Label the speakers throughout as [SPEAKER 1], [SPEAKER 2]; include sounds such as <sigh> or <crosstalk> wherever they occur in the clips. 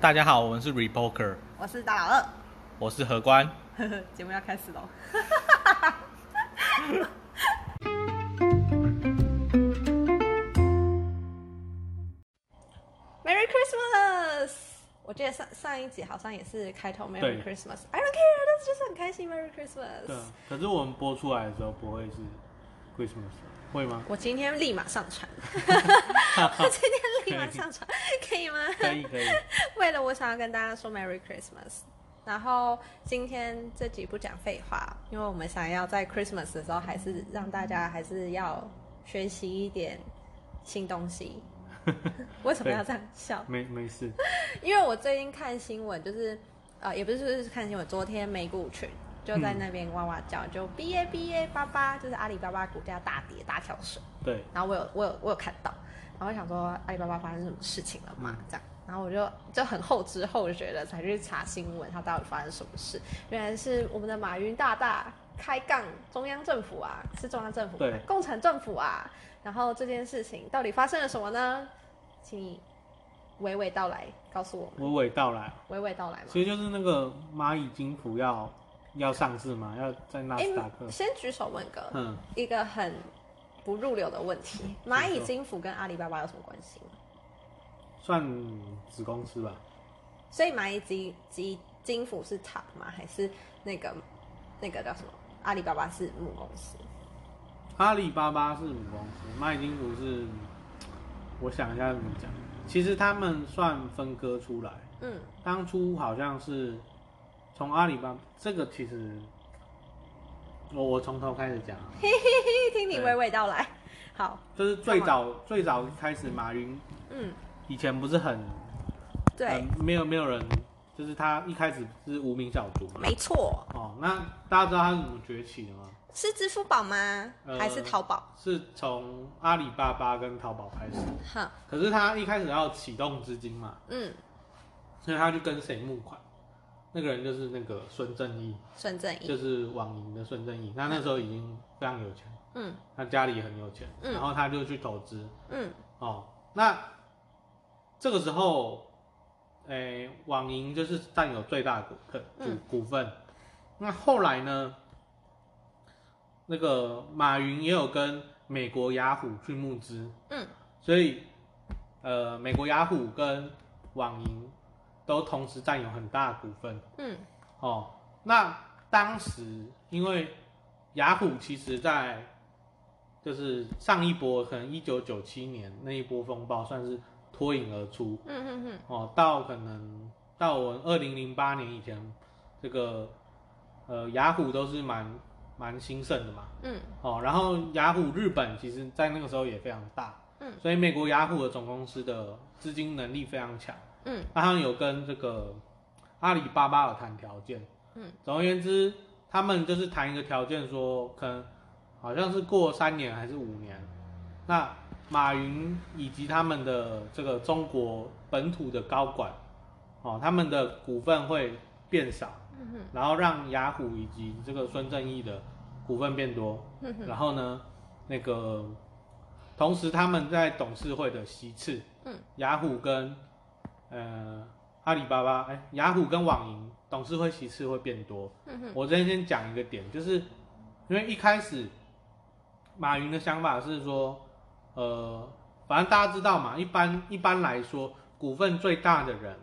[SPEAKER 1] 大家好，我们是 Repoker，
[SPEAKER 2] 我是大老二
[SPEAKER 1] 我是何官。
[SPEAKER 2] 呵呵， <laughs> 节目要开始喽。Merry Christmas！我记得上上一集好像也是开头 Merry
[SPEAKER 3] 对
[SPEAKER 2] Christmas，I don't care，但是就是很开心 Merry Christmas。
[SPEAKER 3] 对啊，可是我们播出来的时候不会是 Christmas，会
[SPEAKER 1] <laughs>
[SPEAKER 3] 吗？
[SPEAKER 2] 我今天立马上传，我 <laughs> 今天立马上传，可以吗？ <laughs>
[SPEAKER 3] 可以可以，
[SPEAKER 2] 为了我想要跟大家说 Merry Christmas，然后今天这集不讲废话，因为我们想要在 Christmas 的时候，还是让大家还是要学习一点新东西。为什么要这样笑？
[SPEAKER 3] 没没事。
[SPEAKER 2] 因为我最近看新闻，就是呃，也不是说是看新闻，昨天美股群就在那边哇哇叫，就 B A B A 八八，就是阿里巴巴股价大跌大跳水。
[SPEAKER 3] 对，
[SPEAKER 2] 然后我有我有我有看到，然后我想说阿里巴巴发生什么事情了嘛？
[SPEAKER 3] 嗯
[SPEAKER 2] 这样，然后我就就很后知后觉的才去查新闻，它到底发生什么事？原来是我们的马云大大开杠中央政府啊，是中央政府吗
[SPEAKER 3] 对
[SPEAKER 2] 共产政府啊。然后这件事情到底发生了什么呢？请你娓娓道来告诉我
[SPEAKER 3] 娓娓道来，
[SPEAKER 2] 们，娓娓道来嘛。
[SPEAKER 3] 所以就是那个蚂蚁金服要要上市嘛，要在纳斯达克。
[SPEAKER 2] 先举手问个、
[SPEAKER 3] 嗯，
[SPEAKER 2] 一个很不入流的问题：
[SPEAKER 3] 请
[SPEAKER 2] 蚂蚁
[SPEAKER 3] 说
[SPEAKER 2] 金服跟阿里巴巴有什么关系吗？
[SPEAKER 3] 算
[SPEAKER 4] 嗯
[SPEAKER 3] 子公司吧。
[SPEAKER 2] 所以蚂蚁金金金服是 top 吗？还是那个那个叫什么？阿里巴巴是母公司，
[SPEAKER 3] 阿里巴巴是母公司，蚂蚁金服是，我想一下怎么讲。其实他们算分割出来，
[SPEAKER 2] 嗯，
[SPEAKER 3] 当初好像是从阿里巴巴这个其实，我我从头开始讲啊。
[SPEAKER 2] 听听你娓娓道来。好，啊
[SPEAKER 3] 就是最早最早开始，马云
[SPEAKER 2] 嗯，
[SPEAKER 3] 以前不是很
[SPEAKER 2] 对，
[SPEAKER 3] 很没有没有人，就是他一开始是无名小卒嘛。
[SPEAKER 2] 没错，
[SPEAKER 3] 哦，那大家知道他是怎么崛起的吗？
[SPEAKER 2] 是支付宝吗？
[SPEAKER 3] 呃
[SPEAKER 2] 还是淘宝？
[SPEAKER 3] 是从阿里巴巴跟淘宝开始，
[SPEAKER 2] 哈，
[SPEAKER 3] 可是他一开始要启动资金嘛，
[SPEAKER 2] 嗯，
[SPEAKER 3] 所以他就跟谁募款？那个人就是那个孙正义，
[SPEAKER 2] 孙正义，
[SPEAKER 3] 就是网银的孙正义。他那时候已经非常有钱，
[SPEAKER 2] 嗯
[SPEAKER 3] 他家里也很有钱，
[SPEAKER 2] 嗯
[SPEAKER 3] 然后他就去投资，
[SPEAKER 2] 嗯，
[SPEAKER 3] 哦，那这个时候，诶、网银就是占有最大的股份股、
[SPEAKER 2] 嗯
[SPEAKER 3] 股份。那后来呢，那个马云也有跟美国雅虎去募资，
[SPEAKER 2] 嗯，
[SPEAKER 3] 所以呃，美国雅虎跟网银都同时占有很大的股份。
[SPEAKER 2] 嗯，
[SPEAKER 3] 哦，那当时因为雅虎其实在就是上一波，可能一九九七年那一波风暴算是脱颖而出
[SPEAKER 2] 嗯嗯嗯，
[SPEAKER 3] 哦，到可能到我们二零零八年以前，这个呃雅虎都是蛮蛮兴盛的嘛。
[SPEAKER 2] 嗯
[SPEAKER 3] 哦，然后雅虎日本其实在那个时候也非常大，
[SPEAKER 2] 嗯，
[SPEAKER 3] 所以美国雅虎的总公司的资金能力非常强。
[SPEAKER 2] 嗯
[SPEAKER 3] 那他们有跟这个阿里巴巴有谈条件。
[SPEAKER 2] 嗯，
[SPEAKER 3] 总而言之，他们就是谈一个条件说，可能好像是过三年还是五年，那马云以及他们的这个中国本土的高管，哦，他们的股份会变少，
[SPEAKER 2] 嗯
[SPEAKER 3] 然后让雅虎以及这个孙正义的股份变多。
[SPEAKER 2] 嗯
[SPEAKER 3] 然后呢，那个同时他们在董事会的席次，
[SPEAKER 2] 嗯，
[SPEAKER 3] 雅虎跟呃阿里巴巴，哎，雅虎跟网银董事会席次会变多。
[SPEAKER 2] 嗯嗯
[SPEAKER 3] 我这边先讲一个点，就是因为一开始马云的想法是说，呃，反正大家知道嘛，一般一般来说，股份最大的人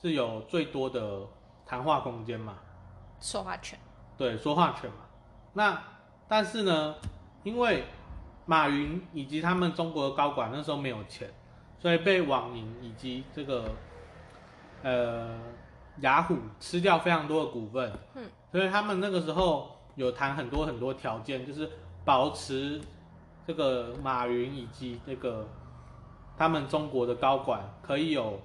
[SPEAKER 3] 是有最多的谈话空间嘛。
[SPEAKER 2] 说话权，
[SPEAKER 3] 对，说话权嘛。那但是呢，因为马云以及他们中国的高管那时候没有钱，所以被网银以及这个呃雅虎吃掉非常多的股份。
[SPEAKER 2] 嗯，
[SPEAKER 3] 所以他们那个时候有谈很多很多条件，就是保持这个马云以及这个他们中国的高管可以有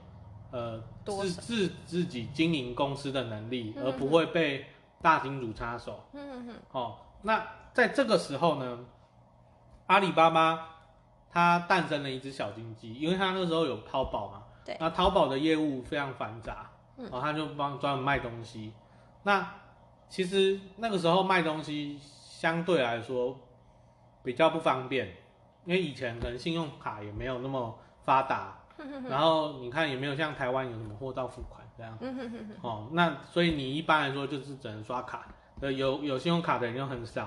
[SPEAKER 3] 呃
[SPEAKER 2] 多
[SPEAKER 3] 自
[SPEAKER 2] 少
[SPEAKER 3] 自自己经营公司的能力，
[SPEAKER 2] 嗯
[SPEAKER 3] 而不会被大金主插手。
[SPEAKER 2] 嗯嗯
[SPEAKER 3] 哦，那在这个时候呢，阿里巴巴它诞生了一只小金鸡，因为它那时候有淘宝嘛，
[SPEAKER 2] 对
[SPEAKER 3] 那淘宝的业务非常繁杂，
[SPEAKER 2] 嗯
[SPEAKER 3] 然后它就帮专门卖东西。那其实那个时候卖东西相对来说
[SPEAKER 2] <laughs>
[SPEAKER 3] 比较不方便，因为以前可能信用卡也没有那么发达，
[SPEAKER 4] 然后你看也没有像台湾有什么货到付款这样，
[SPEAKER 2] 嗯哼哼哼
[SPEAKER 4] 哦，那所以你一般来说就是只能刷卡，呃，有有信用卡的人又很少，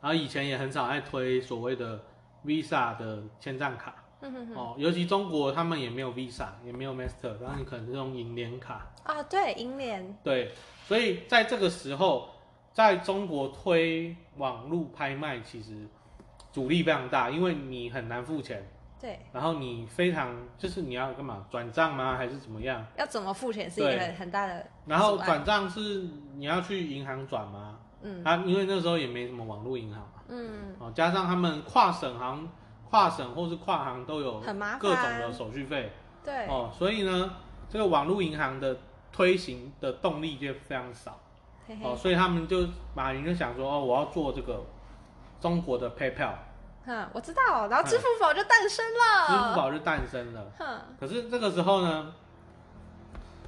[SPEAKER 4] 然后以前也很少爱推所谓的 Visa 的签账卡，
[SPEAKER 2] 嗯哼哼
[SPEAKER 4] 哦，尤其中国他们也没有 Visa，也没有 Master，然后你可能是用银联卡，
[SPEAKER 2] 啊，对，银联，
[SPEAKER 4] 对，所以在这个时候，在中国推网络拍卖其实阻力非常大，因为你很难付钱，
[SPEAKER 2] 对，
[SPEAKER 4] 然后你非常就是你要干嘛转账吗，还是怎么样？
[SPEAKER 2] 要怎么付钱是一个
[SPEAKER 4] 对
[SPEAKER 2] 很很大的，
[SPEAKER 4] 然后转账是你要去银行转吗？
[SPEAKER 2] 嗯
[SPEAKER 4] 啊，因为那时候也没什么网络银行嘛，
[SPEAKER 2] 嗯，
[SPEAKER 4] 哦，加上他们跨省行、跨省或是跨行都有
[SPEAKER 2] 很麻烦
[SPEAKER 4] 各种的手续费
[SPEAKER 2] 对，
[SPEAKER 4] 哦，所以呢，这个网络银行的推行的动力就非常少
[SPEAKER 2] 嘿
[SPEAKER 4] 哦，
[SPEAKER 2] 嘿，
[SPEAKER 4] 所以他们就马云就想说，哦，我要做这个中国的 PayPal，
[SPEAKER 2] 哼，我知道，然后支付宝就诞生了，
[SPEAKER 4] 支付，宝就诞生了。
[SPEAKER 2] 哼，
[SPEAKER 4] 可是这个时候呢，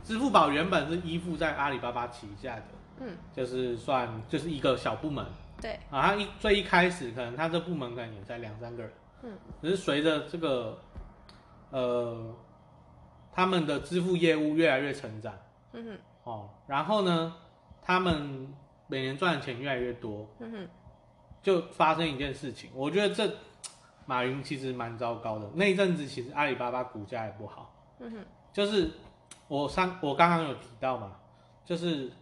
[SPEAKER 4] 支付宝原本是依附在阿里巴巴旗下的，
[SPEAKER 2] 嗯，
[SPEAKER 4] 就是算就是一个小部门。
[SPEAKER 2] 对，
[SPEAKER 4] 啊，他一最一开始可能他这部门可能也才两三个人，
[SPEAKER 2] 嗯，
[SPEAKER 4] 只是随着这个呃他们的支付业务越来越成长
[SPEAKER 2] 嗯哼，
[SPEAKER 4] 哦，然后呢，他们每年赚的钱越来越多，
[SPEAKER 2] 嗯哼，
[SPEAKER 4] 就发生一件事情，我觉得这马云其实蛮糟糕的。那一阵子其实阿里巴巴股价也不好，
[SPEAKER 2] 嗯哼，
[SPEAKER 4] 就是我上我刚刚有提到嘛，就是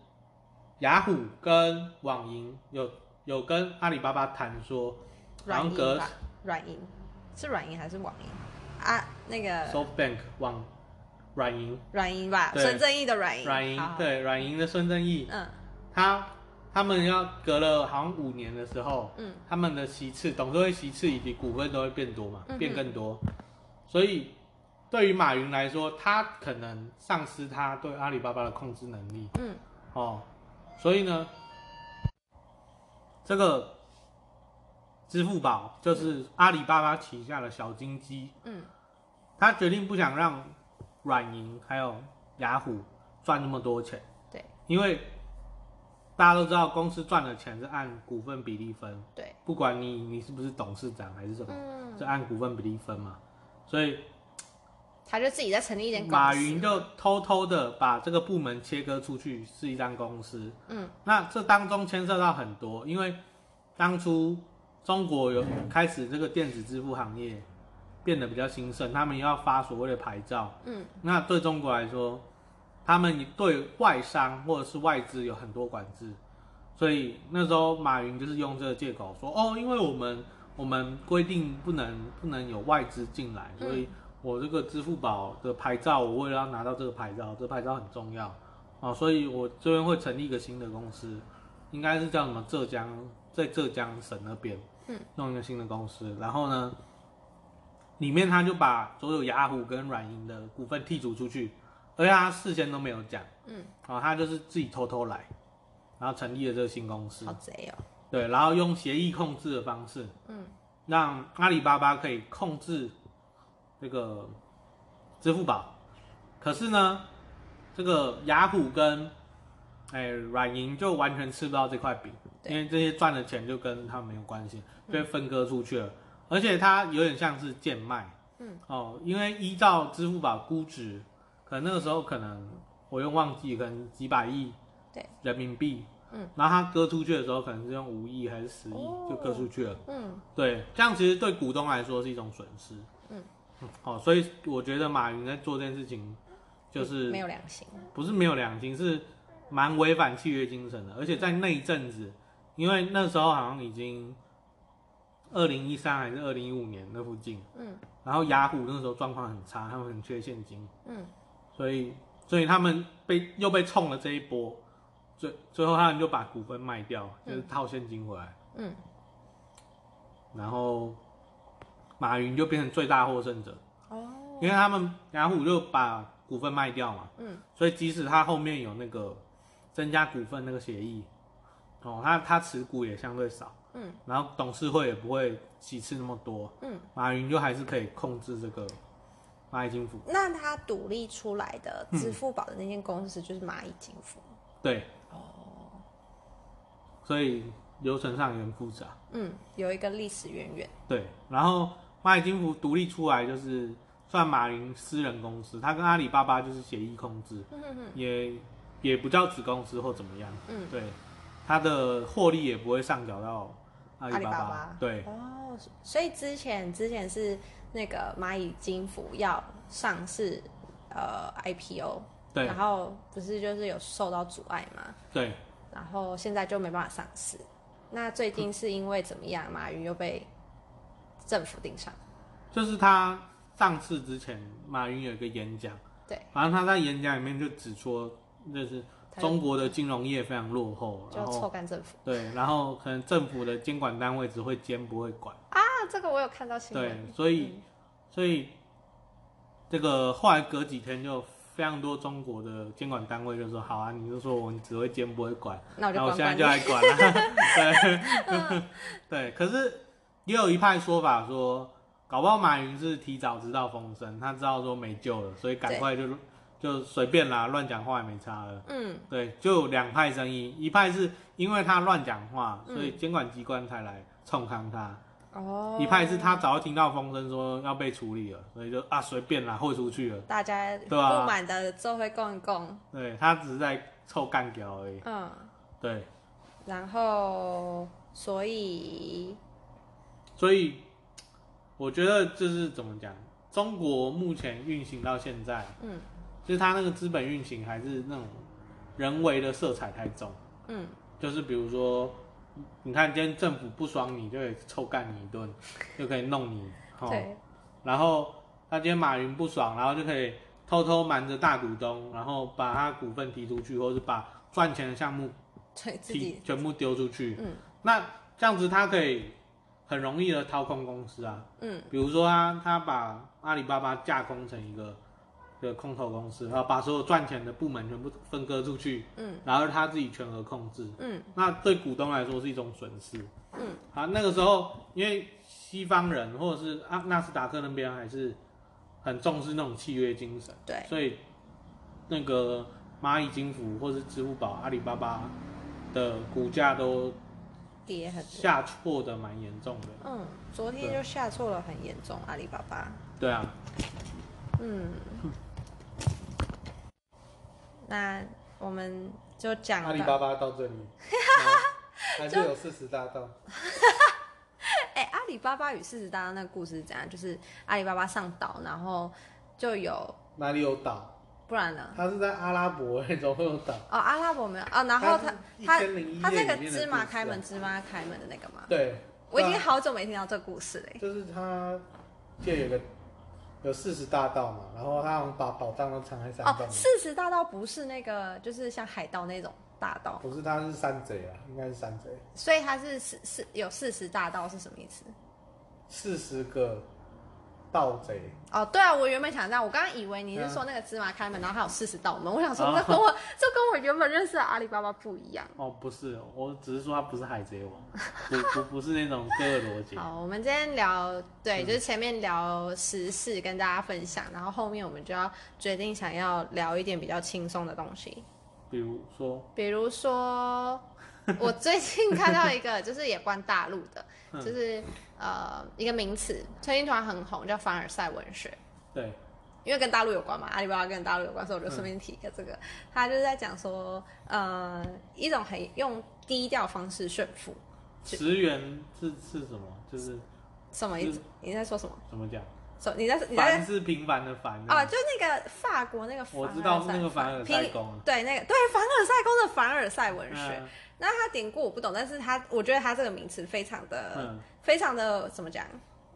[SPEAKER 4] 雅虎跟网银有有跟阿里巴巴谈说，然
[SPEAKER 2] 软
[SPEAKER 4] 后
[SPEAKER 2] 银
[SPEAKER 4] 隔
[SPEAKER 2] 吧，软银是软银还是网银啊？那个
[SPEAKER 4] SoftBank 网软银
[SPEAKER 2] 软银吧，
[SPEAKER 4] 对
[SPEAKER 2] 孙正义的软银，
[SPEAKER 4] 软银
[SPEAKER 2] 哎好，好，
[SPEAKER 4] 对软银的孙正义，
[SPEAKER 2] 嗯
[SPEAKER 4] 他他们要隔了好像五年的时候，
[SPEAKER 2] 嗯
[SPEAKER 4] 他们的席次董事会席次以及股份都会变多嘛
[SPEAKER 2] 嗯，哼
[SPEAKER 4] 变更多，所以对于马云来说，他可能丧失他对阿里巴巴的控制能力。
[SPEAKER 2] 嗯
[SPEAKER 4] 哦，所以呢，这个支付宝就是阿里巴巴旗下的小金鸡，
[SPEAKER 2] 嗯，
[SPEAKER 4] 他决定不想让软银还有雅虎赚那么多钱，
[SPEAKER 2] 对
[SPEAKER 4] 因为大家都知道公司赚的钱是按股份比例分，
[SPEAKER 2] 对，
[SPEAKER 4] 不管你你是不是董事长还是什么，
[SPEAKER 2] 嗯
[SPEAKER 4] 是，按股份比例分嘛，所以
[SPEAKER 2] 他就自己再成立一间公司，
[SPEAKER 4] 马云就偷偷的把这个部门切割出去，是一张公司。
[SPEAKER 2] 嗯，
[SPEAKER 4] 那这当中牵涉到很多，因为当初中国有开始这个电子支付行业变得比较兴盛，他们要发所谓的牌照。
[SPEAKER 2] 嗯，
[SPEAKER 4] 那对中国来说，他们对外商或者是外资有很多管制，所以那时候马云就是用这个借口说：“哦，因为我们我们规定不能不能有外资进来，
[SPEAKER 2] 嗯
[SPEAKER 4] 所以我这个支付宝的牌照，我为了要拿到这个牌照，这个牌照很重要哦，所以我这边会成立一个新的公司，应该是叫什么浙江，在浙江省那边，
[SPEAKER 2] 嗯，
[SPEAKER 4] 弄一个新的公司，然后呢，里面他就把所有雅虎跟软银的股份剔除出去，而且他事先都没有讲，
[SPEAKER 2] 嗯，
[SPEAKER 4] 然后他就是自己偷偷来，然后成立了这个新公司
[SPEAKER 2] 好，贼哦，
[SPEAKER 4] 对，然后用协议控制的方式，
[SPEAKER 2] 嗯
[SPEAKER 4] 让阿里巴巴可以控制这个支付宝，可是呢，这个雅虎跟哎软银就完全吃不到这块饼，
[SPEAKER 2] 对嗯
[SPEAKER 4] 因为这些赚的钱就跟他们没有关系，被分割出去了，而且它有点像是贱卖，
[SPEAKER 2] 嗯
[SPEAKER 4] 哦，因为依照支付宝估值，可能那个时候可能我又忘记，可能几百亿
[SPEAKER 2] 对
[SPEAKER 4] 人民币，
[SPEAKER 2] 嗯，
[SPEAKER 4] 然后它割出去的时候可能是用五亿还是十亿
[SPEAKER 2] 哦
[SPEAKER 4] 就割出去了。
[SPEAKER 2] 嗯
[SPEAKER 4] 对，这样其实对股东来说是一种损失。
[SPEAKER 2] 嗯
[SPEAKER 4] 嗯，好、所以我觉得马云在做这件事情，就是
[SPEAKER 2] 没有良心，
[SPEAKER 4] 不是没有良心，是蛮违反契约精神的。而且在那一阵子，因为那时候好像已经二零一三还是二零一五年那附近，
[SPEAKER 2] 嗯
[SPEAKER 4] 然后雅虎那时候状况很差，他们很缺现金，
[SPEAKER 2] 嗯
[SPEAKER 4] 所以所以他们被又被冲了这一波，最最后他们就把股份卖掉，就是套现金回来。
[SPEAKER 2] 嗯，
[SPEAKER 4] 然后马云就变成最大获胜者，
[SPEAKER 2] 哦，
[SPEAKER 4] 因为他们雅虎就把股份卖掉嘛，
[SPEAKER 2] 嗯，
[SPEAKER 4] 所以即使他后面有那个增加股份那个协议，哦，他他持股也相对少，
[SPEAKER 2] 嗯，
[SPEAKER 4] 然后董事会也不会几次那么多，
[SPEAKER 2] 嗯，
[SPEAKER 4] 马云就还是可以控制这个蚂蚁金服，
[SPEAKER 2] 那他独立出来的支付宝的那间公司就是蚂蚁金服，
[SPEAKER 4] 对，
[SPEAKER 2] 哦
[SPEAKER 4] 所以流程上也很复杂，
[SPEAKER 2] 嗯，有一个历史渊源，
[SPEAKER 4] 对，然后蚂蚁金服独立出来就是算马云私人公司，他跟阿里巴巴就是协议控制，
[SPEAKER 2] 嗯嗯
[SPEAKER 4] 也也不叫子公司或怎么样，
[SPEAKER 2] 嗯，
[SPEAKER 4] 对，它的获利也不会上缴到阿里巴
[SPEAKER 2] 阿里巴巴
[SPEAKER 4] 对，
[SPEAKER 2] 哦，所以之前之前是那个蚂蚁金服要上市，呃 IPO，
[SPEAKER 4] 对
[SPEAKER 2] 然后不是就是有受到阻碍吗？
[SPEAKER 4] 对，
[SPEAKER 2] 然后现在就没办法上市。那最近是因为怎么样，马云又被政府盯上？
[SPEAKER 4] 就是他上市之前，马云有一个演讲，
[SPEAKER 2] 对，
[SPEAKER 4] 反正他在演讲里面就指出，就是
[SPEAKER 2] 他就
[SPEAKER 4] 中国的金融业非常落后，然
[SPEAKER 2] 就
[SPEAKER 4] 后
[SPEAKER 2] 臭干政府
[SPEAKER 4] 对，然后可能政府的监管单位只会监不会管，
[SPEAKER 2] 啊！这个我有看到新
[SPEAKER 4] 对
[SPEAKER 2] 闻，，
[SPEAKER 4] 所以所以这个后来隔几天就。非常多中国的监管单位就说：“好啊，你就说我们只会监不会管，
[SPEAKER 2] 那我就
[SPEAKER 4] 那我
[SPEAKER 2] 关
[SPEAKER 4] 现在
[SPEAKER 2] 关
[SPEAKER 4] 就
[SPEAKER 2] 你。
[SPEAKER 4] 来管了。对，
[SPEAKER 2] <laughs>
[SPEAKER 4] <laughs> 对，可是也有一派说法说，搞不好马云是提早知道风声，他知道说没救了，所以赶快就就随便啦，乱讲话也没差了。
[SPEAKER 2] 嗯，
[SPEAKER 4] 对，就有两派声音，一派是因为他乱讲话，
[SPEAKER 2] 嗯
[SPEAKER 4] 所以监管机关才来冲康他；
[SPEAKER 2] 哦，
[SPEAKER 4] 一派是他早就听到风声说要被处理了，所以就啊随便啦，豁出去了。
[SPEAKER 2] 大家不
[SPEAKER 4] 对啊
[SPEAKER 2] 满的就会供一供，
[SPEAKER 4] 对他只是在臭干掉而已。
[SPEAKER 2] 嗯，
[SPEAKER 4] 对，
[SPEAKER 2] 然后所以
[SPEAKER 4] 所以我觉得就是怎么讲，中国目前运行到现在，
[SPEAKER 2] 嗯，
[SPEAKER 4] 就是它那个资本运行还是那种人为的色彩太重，
[SPEAKER 2] 嗯，
[SPEAKER 4] 就是比如说，你看今天政府不爽你，就可以臭干你一顿，就可以弄你，哦，
[SPEAKER 2] 对，
[SPEAKER 4] 然后他今天马云不爽，然后就可以偷偷瞒着大股东，然后把他股份提出去，或是把赚钱的项目
[SPEAKER 2] 所以自
[SPEAKER 4] 提
[SPEAKER 2] 己
[SPEAKER 4] 全部丢出去，
[SPEAKER 2] 嗯
[SPEAKER 4] 那这样子他可以很容易的掏空公司啊。
[SPEAKER 2] 嗯
[SPEAKER 4] 比如说啊，他把阿里巴巴架空成一个一个空头公司，然后把所有赚钱的部门全部分割出去，
[SPEAKER 2] 嗯
[SPEAKER 4] 然后他自己全额控制，
[SPEAKER 2] 嗯
[SPEAKER 4] 那对股东来说是一种损失。
[SPEAKER 2] 嗯，
[SPEAKER 4] 啊，那个时候因为西方人或者是啊纳斯达克那边还是很重视那种契约精神，
[SPEAKER 2] 对，
[SPEAKER 4] 所以那个蚂蚁金服或是支付宝、阿里巴巴的股价都
[SPEAKER 2] 跌很多，
[SPEAKER 4] 下挫的蛮严重的。
[SPEAKER 2] 嗯，昨天
[SPEAKER 4] 对
[SPEAKER 2] 就下挫了很严重，阿里巴巴，
[SPEAKER 4] 对啊， <laughs>
[SPEAKER 2] 嗯，那我们就讲
[SPEAKER 4] 阿里
[SPEAKER 2] 到
[SPEAKER 4] 巴巴到
[SPEAKER 2] <laughs>
[SPEAKER 4] 这里，还是有四十大盗。
[SPEAKER 2] 哎、阿里巴巴与四十大盗那个故事是怎样？就是阿里巴巴上岛，然后就有，
[SPEAKER 4] 哪里有岛？
[SPEAKER 2] 不然呢？
[SPEAKER 4] 它是在阿拉伯，欸怎么会有岛？
[SPEAKER 2] 哦，阿拉伯没有啊、然后他
[SPEAKER 4] 它
[SPEAKER 2] 他
[SPEAKER 4] 是1001
[SPEAKER 2] 他那
[SPEAKER 4] 页
[SPEAKER 2] 个
[SPEAKER 4] 里面的
[SPEAKER 2] 芝麻
[SPEAKER 4] 故事啊
[SPEAKER 2] 开门，芝麻开门的那个嘛，
[SPEAKER 4] 对，啊
[SPEAKER 2] 我已经好久没听到这个故事嘞、
[SPEAKER 4] 就是它这有个有四十大盗嘛，然后他好像把宝藏都藏在山洞
[SPEAKER 2] 哦，
[SPEAKER 4] 里，
[SPEAKER 2] 四十大盗不是那个，就是像海盗那种大盗，
[SPEAKER 4] 不是他是山贼啊，应该是山贼，
[SPEAKER 2] 所以他是四四有四十大盗是什么意思？
[SPEAKER 4] 四十个盗贼。
[SPEAKER 2] 哦，对啊，我原本想这样，我刚刚以为你是说那个芝麻开门，然后还有四十道门，我想说这跟我、这跟我原本认识的阿里巴巴不一样。
[SPEAKER 4] 哦，不是，我只是说他不是海贼王，不不不是那种哥罗杰
[SPEAKER 2] 好，我们今天聊，对，就是前面聊时事跟大家分享，然后后面我们就要决定想要聊一点比较轻松的东西，
[SPEAKER 4] 比如说，
[SPEAKER 2] 比如说我最近看到一个就是也关大陆的，
[SPEAKER 4] <laughs> 嗯
[SPEAKER 2] 就是呃一个名词，最近突然很红，叫凡尔赛文学。
[SPEAKER 4] 对，
[SPEAKER 2] 因为跟大陆有关嘛，阿里巴巴跟大陆有关，所以我就顺便提一下这个。
[SPEAKER 4] 嗯
[SPEAKER 2] 他就是在讲说，呃，一种很用低调方式炫富，就
[SPEAKER 4] 十元是是什么？就是
[SPEAKER 2] 什么意思
[SPEAKER 4] 嗯？
[SPEAKER 2] 你在说什么？
[SPEAKER 4] 怎么讲？
[SPEAKER 2] 什么？你在你在
[SPEAKER 4] 凡是平凡的凡啊
[SPEAKER 2] 哦，就那个法国那个凡
[SPEAKER 4] 我
[SPEAKER 2] 尔赛，
[SPEAKER 4] 知道是那个凡尔赛宫啊
[SPEAKER 2] 拼对那个对凡尔赛宫的凡尔赛文学。
[SPEAKER 4] 嗯
[SPEAKER 2] 那他典故我不懂，但是他我觉得他这个名词非常的、
[SPEAKER 4] 嗯
[SPEAKER 2] 非常的怎么讲？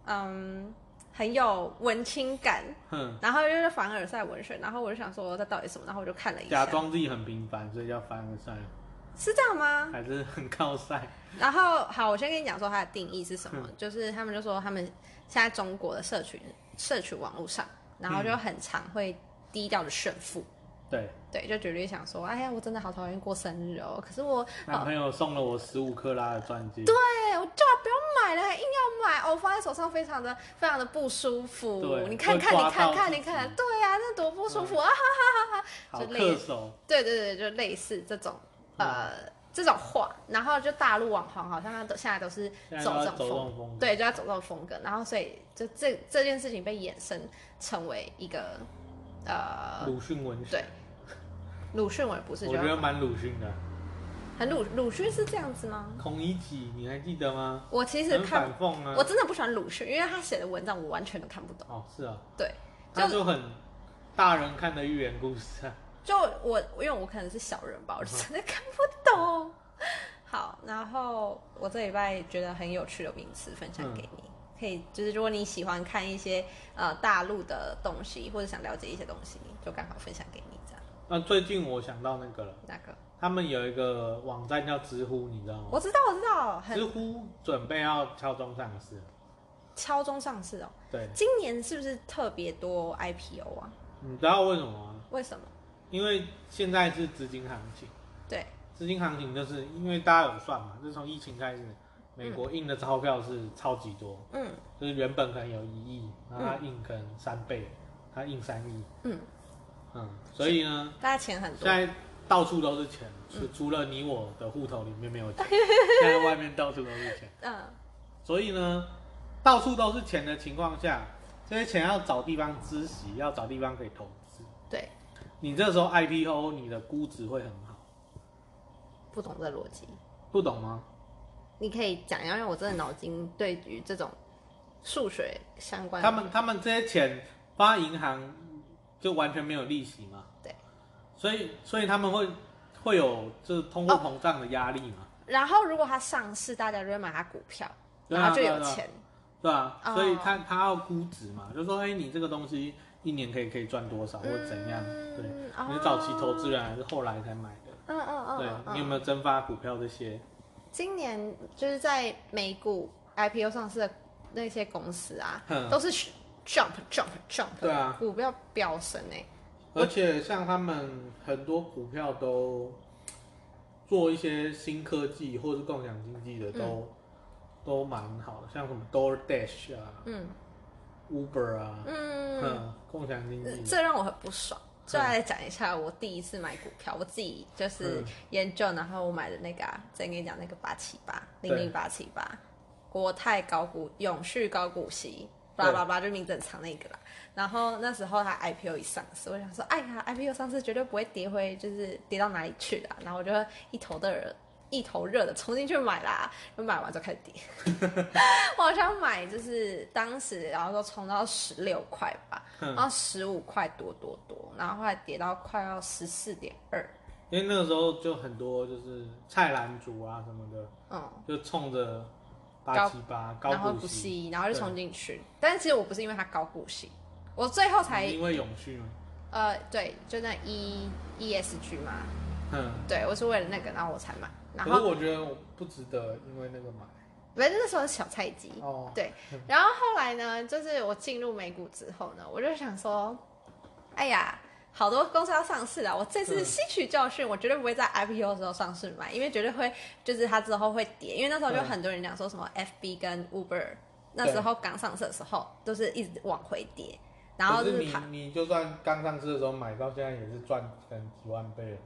[SPEAKER 2] 嗯，很有文青感。
[SPEAKER 4] 哼，
[SPEAKER 2] 然后就是凡尔赛文学，然后我就想说这到底什么，然后我就看了一下
[SPEAKER 4] 假，装自己很平凡，所以叫凡尔赛，
[SPEAKER 2] 是这样吗？
[SPEAKER 4] 还是很靠赛。
[SPEAKER 2] 然后好，我先跟你讲说它的定义是什
[SPEAKER 4] 嗯
[SPEAKER 2] 么，就是他们就说他们现在中国的社群社群网络上，然后就很常会低调的炫富。
[SPEAKER 4] 嗯对，
[SPEAKER 2] 对，就绝对想说，哎呀，我真的好讨厌过生日哦，可是我，
[SPEAKER 4] 男朋友送了我十五克拉的钻戒，对，
[SPEAKER 2] 哎，我叫他不要买了，还硬要买，哦，放在手上非常的非常的不舒服
[SPEAKER 4] 对。
[SPEAKER 2] 你看看，
[SPEAKER 4] 会
[SPEAKER 2] 你
[SPEAKER 4] 刮
[SPEAKER 2] 看
[SPEAKER 4] 到
[SPEAKER 2] 看，
[SPEAKER 4] 自
[SPEAKER 2] 你
[SPEAKER 4] 己嗯
[SPEAKER 2] 看，对呀、那多不舒服啊！
[SPEAKER 4] 好嗯
[SPEAKER 2] 就类
[SPEAKER 4] 恪守。
[SPEAKER 2] 对对对，就类似这种，呃，这这种话，然后就大陆网红好像都现在都是
[SPEAKER 4] 现在都
[SPEAKER 2] 走
[SPEAKER 4] 要
[SPEAKER 2] 这
[SPEAKER 4] 走
[SPEAKER 2] 种风
[SPEAKER 4] 这种风格。
[SPEAKER 2] 对，就要走这种风格，然后所以就这这件事情被衍生成为一个呃
[SPEAKER 4] 鲁迅文学，
[SPEAKER 2] 对鲁迅文不是
[SPEAKER 4] 我
[SPEAKER 2] 就
[SPEAKER 4] 觉得蛮鲁迅的。
[SPEAKER 2] 很鲁鲁迅是这样子吗？
[SPEAKER 4] 孔乙己，你还记得吗？
[SPEAKER 2] 我其实
[SPEAKER 4] 很
[SPEAKER 2] 看
[SPEAKER 4] 反讽啊
[SPEAKER 2] 我。真的不喜欢鲁迅，因为他写的文章我完全都看不懂。
[SPEAKER 4] 哦，是啊，
[SPEAKER 2] 对，
[SPEAKER 4] 他
[SPEAKER 2] 就
[SPEAKER 4] 就很大人看的寓言故事啊。 <laughs>
[SPEAKER 2] 就我因为我可能是小人吧，我就真的看不懂。好，然后我这礼拜觉得很有趣的名词分享给你，可以就是如果你喜欢看一些呃大陆的东西，或者想了解一些东西，就刚好分享给你这样。
[SPEAKER 4] 那最近我想到那个了，
[SPEAKER 2] 那个
[SPEAKER 4] 他们有一个网站叫知乎，你知道吗？
[SPEAKER 2] 我知道，我知道，
[SPEAKER 4] 知
[SPEAKER 2] 很
[SPEAKER 4] 乎准备要敲钟上市了，
[SPEAKER 2] 敲钟上市哦。
[SPEAKER 4] 对，
[SPEAKER 2] 今年是不是特别多 IPO 啊？
[SPEAKER 4] 你知道为什么吗？
[SPEAKER 2] 为什么？
[SPEAKER 4] 因为现在是资金行情，
[SPEAKER 2] 对，
[SPEAKER 4] 资金行情就是因为大家有算嘛，就是从疫情开始，美国印的钞票是超级多，
[SPEAKER 2] 嗯
[SPEAKER 4] 就是原本可能有一亿，然后它印可能三倍，它印三亿，
[SPEAKER 2] 嗯，
[SPEAKER 4] 嗯，所以呢，
[SPEAKER 2] 大家钱很
[SPEAKER 4] 现
[SPEAKER 2] 多，
[SPEAKER 4] 在到处都是钱，
[SPEAKER 2] 嗯
[SPEAKER 4] 除除了你我的户头里面没有
[SPEAKER 2] <laughs>
[SPEAKER 4] 钱，现在外面到处都是钱，
[SPEAKER 2] 嗯
[SPEAKER 4] 所以呢，到处都是钱的情况下，这些钱要找地方孳息，要找地方可以投资，
[SPEAKER 2] 对，
[SPEAKER 4] 你这时候 IPO 你的估值会很好，
[SPEAKER 2] 不懂这逻辑。
[SPEAKER 4] 不懂
[SPEAKER 2] 嗯
[SPEAKER 4] 吗？
[SPEAKER 2] 你可以讲一下，因为我真的脑筋对于这种数学相关的，
[SPEAKER 4] 他们他们这些钱发银行就完全没有利息嘛，
[SPEAKER 2] 对，
[SPEAKER 4] 所以所以他们会会有就是通货膨胀的压力嘛，
[SPEAKER 2] 然后如果它上市，大家就会买它股票，
[SPEAKER 4] 对啊
[SPEAKER 2] 然后就有钱，
[SPEAKER 4] 对吧、
[SPEAKER 2] 哦
[SPEAKER 4] 所以他他要估值嘛，就说哎、你这个东西一年可以可以赚多少或者怎样，对，
[SPEAKER 2] 哦
[SPEAKER 4] 你是早期投资人还是后来才买的？
[SPEAKER 2] 嗯嗯嗯，
[SPEAKER 4] 对
[SPEAKER 2] 嗯，嗯
[SPEAKER 4] 你有没有蒸发股票这些？
[SPEAKER 2] 今年就是在美股 IPO 上市的那些公司啊，
[SPEAKER 4] 嗯
[SPEAKER 2] 都是 jump jump jump，
[SPEAKER 4] 对啊
[SPEAKER 2] 股票飙升哎、
[SPEAKER 4] 而且像他们很多股票都做一些新科技或是共享经济的都，
[SPEAKER 2] 嗯
[SPEAKER 4] 都蛮好的，像什么 DoorDash 啊、
[SPEAKER 2] 嗯
[SPEAKER 4] Uber 啊，
[SPEAKER 2] 嗯，
[SPEAKER 4] 嗯，共享经济
[SPEAKER 2] 这让我很不爽。就来讲一下我第一次买股票，我自己就是
[SPEAKER 4] 嗯
[SPEAKER 2] 研究，然后我买的那个、啊，再跟你讲那个八七八零
[SPEAKER 4] 对
[SPEAKER 2] 零八七八，国泰高股永续高股息，
[SPEAKER 4] 对
[SPEAKER 2] 叭叭叭，就名字很长那个啦。然后那时候它 IPO 一上市，我想说，哎呀，IPO 上市绝对不会跌回，就是跌到哪里去啦。然后我就一头的热，一头热的冲进去买啦，就买完就开始跌。
[SPEAKER 4] <laughs>
[SPEAKER 2] 我好像买就是当时，然后都冲到十六块吧，
[SPEAKER 4] 嗯
[SPEAKER 2] 然后十五块多多多，然后后来跌到快要十四点二，
[SPEAKER 4] 因为那个时候就很多就是菜篮族啊什么的，
[SPEAKER 2] 嗯，
[SPEAKER 4] 就冲着八
[SPEAKER 2] 高
[SPEAKER 4] 七八
[SPEAKER 2] 然后
[SPEAKER 4] 高
[SPEAKER 2] 不
[SPEAKER 4] 股息，
[SPEAKER 2] 吸，然后就冲进去。但是其实我不是因为它高股息，我最后才
[SPEAKER 4] 因为永续嘛，
[SPEAKER 2] 呃对，就那 E E S G 嘛，
[SPEAKER 4] 嗯。
[SPEAKER 2] 对我是为了那个，然后我才买。然
[SPEAKER 4] 可是
[SPEAKER 2] 后
[SPEAKER 4] 我觉得我不值得，因为那个买
[SPEAKER 2] 反正那时候是小菜鸡，
[SPEAKER 4] 哦，
[SPEAKER 2] 对，然后后来呢，就是我进入美股之后呢，我就想说，哎呀，好多公司要上市啊了，我这次
[SPEAKER 4] 嗯
[SPEAKER 2] 吸取教训，我绝对不会在 IPO 的时候上市买，因为绝对会就是它之后会跌，因为那时候就
[SPEAKER 4] 嗯
[SPEAKER 2] 很多人讲说什么 FB 跟 Uber 那
[SPEAKER 4] 对
[SPEAKER 2] 时候刚上市的时候都是一直往回跌，然后就是
[SPEAKER 4] 可是你
[SPEAKER 2] 它，
[SPEAKER 4] 你就算刚上市的时候买，到现在也是赚可能几万倍了。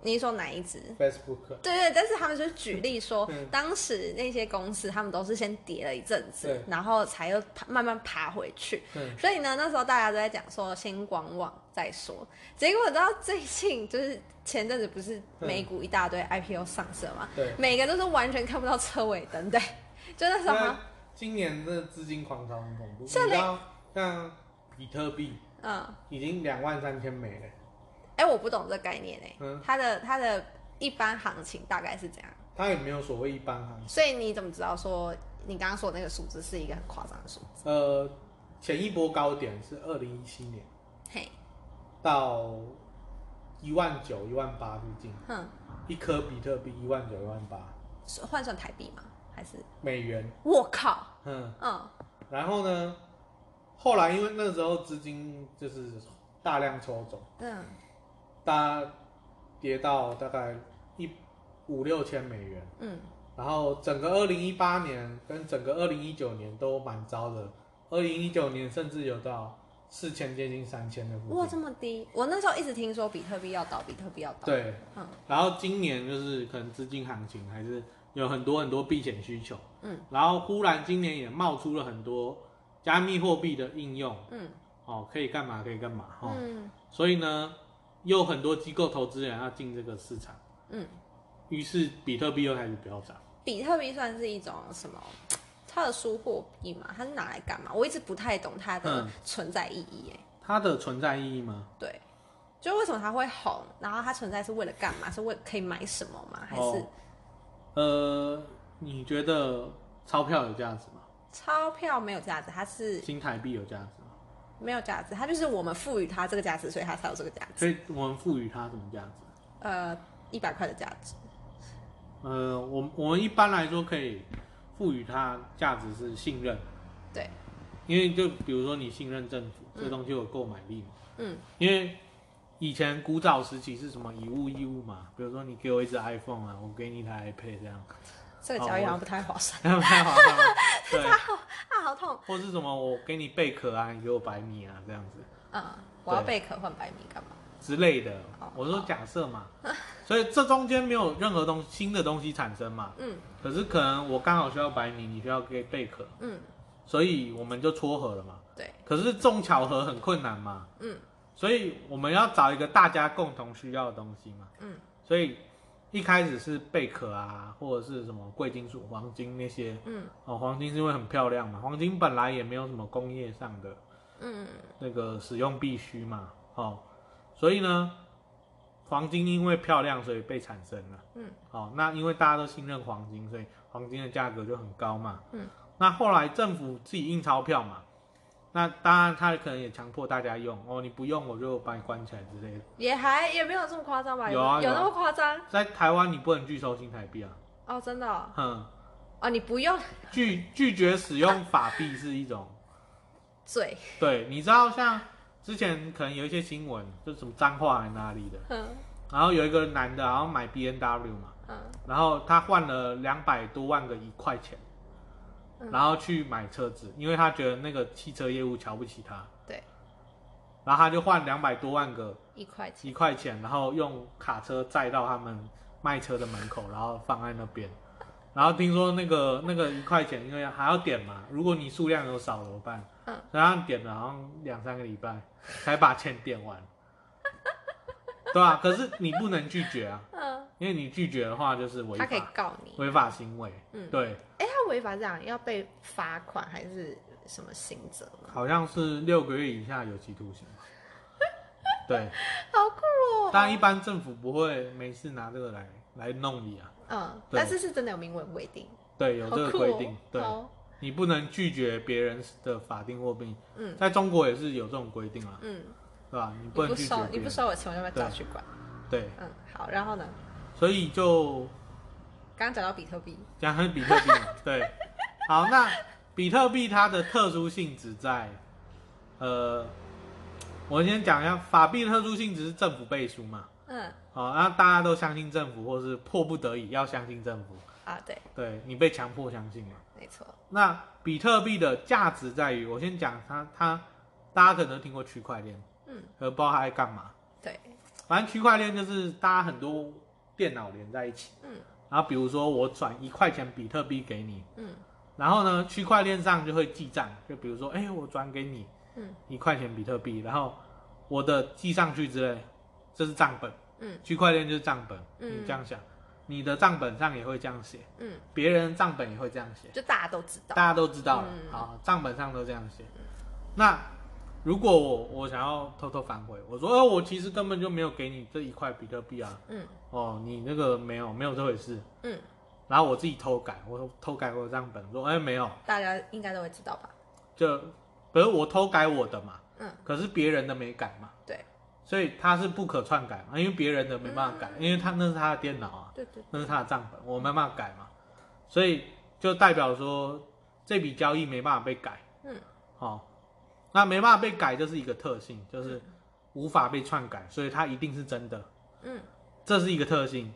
[SPEAKER 2] 你是说哪一只？
[SPEAKER 4] Facebook
[SPEAKER 2] 对对，但是他们就是举例说
[SPEAKER 4] 嗯，
[SPEAKER 2] 当时那些公司他们都是先跌了一阵子
[SPEAKER 4] 对，
[SPEAKER 2] 然后才又爬慢慢爬回去。
[SPEAKER 4] 嗯
[SPEAKER 2] 所以呢，那时候大家都在讲说先观望再说。结果到最近，就是前阵子不是美股一大堆 IPO 上市了嘛，
[SPEAKER 4] 对，
[SPEAKER 2] 每个都是完全看不到车尾灯 <laughs> 的，就那时候好像
[SPEAKER 4] 那今年的资金狂潮很恐怖，你
[SPEAKER 2] 像
[SPEAKER 4] 知道像比特币
[SPEAKER 2] 嗯，
[SPEAKER 4] 已经两万三千美了，
[SPEAKER 2] 哎，我不懂这概念哎、
[SPEAKER 4] 嗯
[SPEAKER 2] 它的它的一般行情大概是怎样？
[SPEAKER 4] 它也没有所谓一般行情。
[SPEAKER 2] 所以你怎么知道说你刚刚说的那个数字是一个很夸张的数字？
[SPEAKER 4] 呃，前一波高点是二零一七年
[SPEAKER 2] 嘿，
[SPEAKER 4] 到一万九、一万八附近，
[SPEAKER 2] 哼。
[SPEAKER 4] 一颗比特币一万九、一万八
[SPEAKER 2] 是换算台币吗？还是
[SPEAKER 4] 美元，
[SPEAKER 2] 我靠，
[SPEAKER 4] 嗯，
[SPEAKER 2] 嗯
[SPEAKER 4] 然后呢，后来因为那时候资金就是大量抽走，
[SPEAKER 2] 嗯
[SPEAKER 4] 大家跌到大概一五六千美元。
[SPEAKER 2] 嗯，
[SPEAKER 4] 然后整个二零一八年跟整个二零一九年都蛮糟的，二零一九年甚至有到四千接近三千的附
[SPEAKER 2] 哇，
[SPEAKER 4] 近。
[SPEAKER 2] 这么低！我那时候一直听说比特币要倒，比特币要倒。，
[SPEAKER 4] 对，
[SPEAKER 2] 嗯
[SPEAKER 4] 然后今年就是可能资金行情还是有很多很多避险需求，
[SPEAKER 2] 嗯，
[SPEAKER 4] 然后忽然今年也冒出了很多加密货币的应用，
[SPEAKER 2] 嗯
[SPEAKER 4] 哦，可以干嘛可以干嘛哈、哦
[SPEAKER 2] 嗯
[SPEAKER 4] 所以呢，又很多机构投资人要进这个市场，
[SPEAKER 2] 嗯，
[SPEAKER 4] 于是比特币又开始飙涨。
[SPEAKER 2] 比特币算是一种什么特殊货币嘛？它是拿来干嘛？我一直不太懂它的
[SPEAKER 4] 嗯
[SPEAKER 2] 存在意义、哎、
[SPEAKER 4] 它的存在意义吗？
[SPEAKER 2] 对，就为什么它会红？然后它存在是为了干嘛？是为可以买什么吗？还是
[SPEAKER 4] 哦呃，你觉得钞票有价值吗？
[SPEAKER 2] 钞票没有价值？它是
[SPEAKER 4] 新台币有价值吗？
[SPEAKER 2] 没有价值，它就是我们赋予它这个价值，所以它才有这个价值。
[SPEAKER 4] 所以我们赋予它什么价值？
[SPEAKER 2] 呃，一百块的价值，
[SPEAKER 4] 呃，我我们一般来说可以赋予它价值是信任，
[SPEAKER 2] 对，
[SPEAKER 4] 因为就比如说你信任政府，这个东西有购买力嘛。
[SPEAKER 2] 嗯
[SPEAKER 4] 因为以前古早时期是什么以物易物嘛，比如说你给我一只 iPhone 啊，我给你一台 iPad 这样， <laughs>
[SPEAKER 2] 这个交易好像不太划算
[SPEAKER 4] 这样太划算了。对，
[SPEAKER 2] 啊，
[SPEAKER 4] 哦
[SPEAKER 2] 好痛！
[SPEAKER 4] 或是什么我给你贝壳啊，你给我白米啊这样子
[SPEAKER 2] 嗯，我要
[SPEAKER 4] 对
[SPEAKER 2] 贝壳换白米干嘛？
[SPEAKER 4] 之类的
[SPEAKER 2] 好。
[SPEAKER 4] 我说假设嘛，
[SPEAKER 2] 哦
[SPEAKER 4] <laughs> 所以这中间没有任何东新的东西产生嘛。
[SPEAKER 2] 嗯
[SPEAKER 4] 可是可能我刚好需要白米，你需要给贝壳，
[SPEAKER 2] 嗯，
[SPEAKER 4] 所以我们就撮合了嘛。
[SPEAKER 2] 对，
[SPEAKER 4] 可是中巧合很困难嘛，
[SPEAKER 2] 嗯
[SPEAKER 4] 所以我们要找一个大家共同需要的东西嘛。
[SPEAKER 2] 嗯
[SPEAKER 4] 所以一开始是贝壳啊，或者是什么贵金属、黄金那些。
[SPEAKER 2] 嗯
[SPEAKER 4] 哦，黄金是因为很漂亮嘛，黄金本来也没有什么工业上的
[SPEAKER 2] 嗯
[SPEAKER 4] 那个使用必须嘛，哦，所以呢，黄金因为漂亮，所以被产生了。
[SPEAKER 2] 嗯，
[SPEAKER 4] 哦，那因为大家都信任黄金，所以黄金的价格就很高嘛。
[SPEAKER 2] 嗯，
[SPEAKER 4] 那后来政府自己印钞票嘛，那当然他可能也强迫大家用哦，你不用我就把你关起来之类的。
[SPEAKER 2] 也还也没有这么夸张吧？
[SPEAKER 4] 有啊
[SPEAKER 2] 有
[SPEAKER 4] 有啊
[SPEAKER 2] 那么夸张？
[SPEAKER 4] 在台湾你不能拒收新台币啊，
[SPEAKER 2] 哦，真的哦，
[SPEAKER 4] 哼，
[SPEAKER 2] 哦你不用
[SPEAKER 4] 拒拒绝使用法币是一种。
[SPEAKER 2] 嘴，
[SPEAKER 4] 对，你知道像之前可能有一些新闻，就什么脏话还哪里的，
[SPEAKER 2] <laughs> 嗯
[SPEAKER 4] 然后有一个男的，然后买 B N W 嘛，
[SPEAKER 2] 嗯
[SPEAKER 4] 然后他换了两百多万个一块钱，
[SPEAKER 2] 嗯
[SPEAKER 4] 然后去买车子，因为他觉得那个汽车业务瞧不起他，
[SPEAKER 2] 对，
[SPEAKER 4] 然后他就换两百多万个
[SPEAKER 2] 一块钱，
[SPEAKER 4] 一块钱，然后用卡车载到他们卖车的门口，然后放在那边。然后听说那个那个一块钱，因为还要点嘛，如果你数量有少怎么办？
[SPEAKER 2] 嗯，
[SPEAKER 4] 所以他点了好像两三个礼拜才把钱点完，对吧、可是你不能拒绝啊，
[SPEAKER 2] 嗯，
[SPEAKER 4] 因为你拒绝的话就是违
[SPEAKER 2] 他可以
[SPEAKER 4] 法
[SPEAKER 2] 告你。
[SPEAKER 4] 违法行为。
[SPEAKER 2] 嗯
[SPEAKER 4] 对，
[SPEAKER 2] 哎，他违法这样要被罚款还是什么刑责吗？
[SPEAKER 4] 好像是六个月以下有期徒刑。对，
[SPEAKER 2] 好酷哦！
[SPEAKER 4] 但一般政府不会没事拿这个来来弄你啊。
[SPEAKER 2] 嗯，
[SPEAKER 4] 对
[SPEAKER 2] 但是是真的有明文规定，
[SPEAKER 4] 对，有
[SPEAKER 2] 好
[SPEAKER 4] 这个
[SPEAKER 2] 酷
[SPEAKER 4] 规
[SPEAKER 2] 哦
[SPEAKER 4] 定。对，
[SPEAKER 2] 好
[SPEAKER 4] 你不能拒绝别人的法定货币。
[SPEAKER 2] 嗯
[SPEAKER 4] 在中国也是有这种规定啊，
[SPEAKER 2] 嗯，
[SPEAKER 4] 对吧？你
[SPEAKER 2] 你
[SPEAKER 4] 不能
[SPEAKER 2] 不
[SPEAKER 4] 拒绝
[SPEAKER 2] 收
[SPEAKER 4] 别
[SPEAKER 2] 你不
[SPEAKER 4] 人。
[SPEAKER 2] 收我钱，我就把你抓
[SPEAKER 4] 对
[SPEAKER 2] 去管。
[SPEAKER 4] 对，
[SPEAKER 2] 嗯，好，然后呢？
[SPEAKER 4] 所以就
[SPEAKER 2] 刚刚讲到比特币，
[SPEAKER 4] 讲很比特币
[SPEAKER 2] <laughs>
[SPEAKER 4] 嘛。对，好，那比特币它的特殊性质在，呃，我先讲一下法币的特殊性质是政府背书嘛。
[SPEAKER 2] 嗯
[SPEAKER 4] 好，那大家都相信政府，或是迫不得已要相信政府，
[SPEAKER 2] 啊，对，
[SPEAKER 4] 对你被强迫相信嘛。
[SPEAKER 2] 没错，
[SPEAKER 4] 那比特币的价值在于，我先讲它，它大家可能都听过区块链，
[SPEAKER 2] 嗯，
[SPEAKER 4] 呃，不知道它在干嘛。
[SPEAKER 2] 对，
[SPEAKER 4] 反正区块链就是大家很多电脑连在一起，
[SPEAKER 2] 嗯
[SPEAKER 4] 然后比如说我转一块钱比特币给你，
[SPEAKER 2] 嗯
[SPEAKER 4] 然后呢，区块链上就会记账，就比如说，哎，我转给你
[SPEAKER 2] 嗯
[SPEAKER 4] 一块钱比特币，然后我的记上去之类，这是账本，
[SPEAKER 2] 嗯
[SPEAKER 4] 区块链就是账本，
[SPEAKER 2] 嗯
[SPEAKER 4] 你这样想，你的账本上也会这样写，
[SPEAKER 2] 嗯，
[SPEAKER 4] 别人的账本也会这样写。
[SPEAKER 2] 就大家都知道，
[SPEAKER 4] 大家都知道了
[SPEAKER 2] 嗯
[SPEAKER 4] 啊，账本上都这样写。那如果我我想要偷偷反悔，我说，哦，我其实根本就没有给你这一块比特币啊，
[SPEAKER 2] 嗯
[SPEAKER 4] 哦，你那个没有没有这回事。
[SPEAKER 2] 嗯，
[SPEAKER 4] 然后我自己偷改，我偷改我的账本，说，哎、没有，
[SPEAKER 2] 大家应该都会知道吧？
[SPEAKER 4] 就不是我偷改我的嘛，
[SPEAKER 2] 嗯，
[SPEAKER 4] 可是别人的没改嘛，
[SPEAKER 2] 对
[SPEAKER 4] 所以他是不可篡改嘛，因为别人的没办法
[SPEAKER 2] 嗯
[SPEAKER 4] 改，因为他那是他的电脑啊，
[SPEAKER 2] 对对，
[SPEAKER 4] 那是他的账本，我没办法改嘛，所以就代表说这笔交易没办法被改。
[SPEAKER 2] 嗯，
[SPEAKER 4] 好、那没办法被改，这是一个特性，就是无法被篡改，所以它一定是真的，
[SPEAKER 2] 嗯
[SPEAKER 4] 这是一个特性。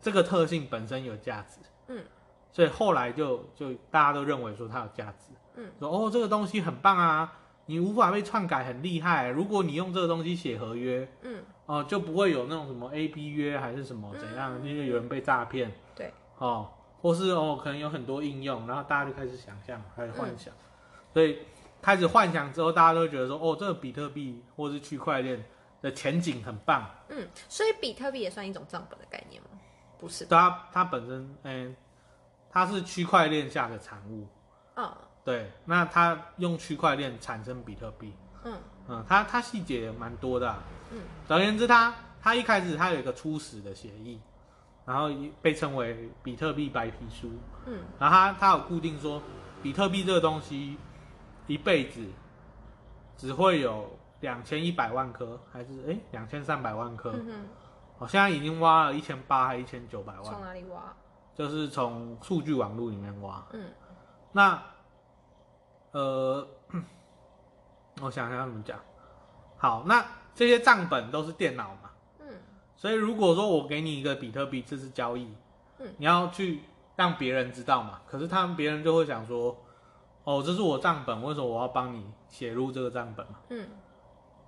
[SPEAKER 4] 这个特性本身有价值，
[SPEAKER 2] 嗯
[SPEAKER 4] 所以后来就就大家都认为说它有价值，
[SPEAKER 2] 嗯
[SPEAKER 4] 说哦这个东西很棒啊，你无法被篡改，很厉害。如果你用这个东西写合约，
[SPEAKER 2] 嗯，
[SPEAKER 4] 哦、就不会有那种什么 A B 约还是什么怎
[SPEAKER 2] 嗯
[SPEAKER 4] 样，因为有人被诈骗，
[SPEAKER 2] 对，
[SPEAKER 4] 哦，或是哦，可能有很多应用，然后大家就开始想象，开始幻
[SPEAKER 2] 嗯
[SPEAKER 4] 想，所以开始幻想之后，大家都会觉得说，哦，这个比特币或是区块链的前景很棒。
[SPEAKER 2] 嗯，所以比特币也算一种账本的概念吗？不是，
[SPEAKER 4] 它它本身，嗯、它是区块链下的产物，
[SPEAKER 2] 嗯
[SPEAKER 4] 对，那它用区块链产生比特币，
[SPEAKER 2] 嗯
[SPEAKER 4] 嗯，它它细节也蛮多的啊、
[SPEAKER 2] 嗯
[SPEAKER 4] 总而言之它，它一开始它有一个初始的协议，然后也被称为比特币白皮书，
[SPEAKER 2] 嗯
[SPEAKER 4] 然后它它有固定说，比特币这个东西一辈子只会有两千一百万颗，还是哎两千三百万颗，
[SPEAKER 2] 嗯哼，
[SPEAKER 4] 我、现在已经挖了一千八还一千九百万
[SPEAKER 2] 从。哪里挖？
[SPEAKER 4] 就是从数据网络里面挖。
[SPEAKER 2] 嗯
[SPEAKER 4] 那呃， <clears throat> 我想想要怎么讲。好，那这些账本都是电脑嘛，
[SPEAKER 2] 嗯
[SPEAKER 4] 所以如果说我给你一个比特币，这是交易，
[SPEAKER 2] 嗯
[SPEAKER 4] 你要去让别人知道嘛。可是他们别人就会想说，哦，这是我账本，为什么我要帮你写入这个账本嘛？
[SPEAKER 2] 嗯，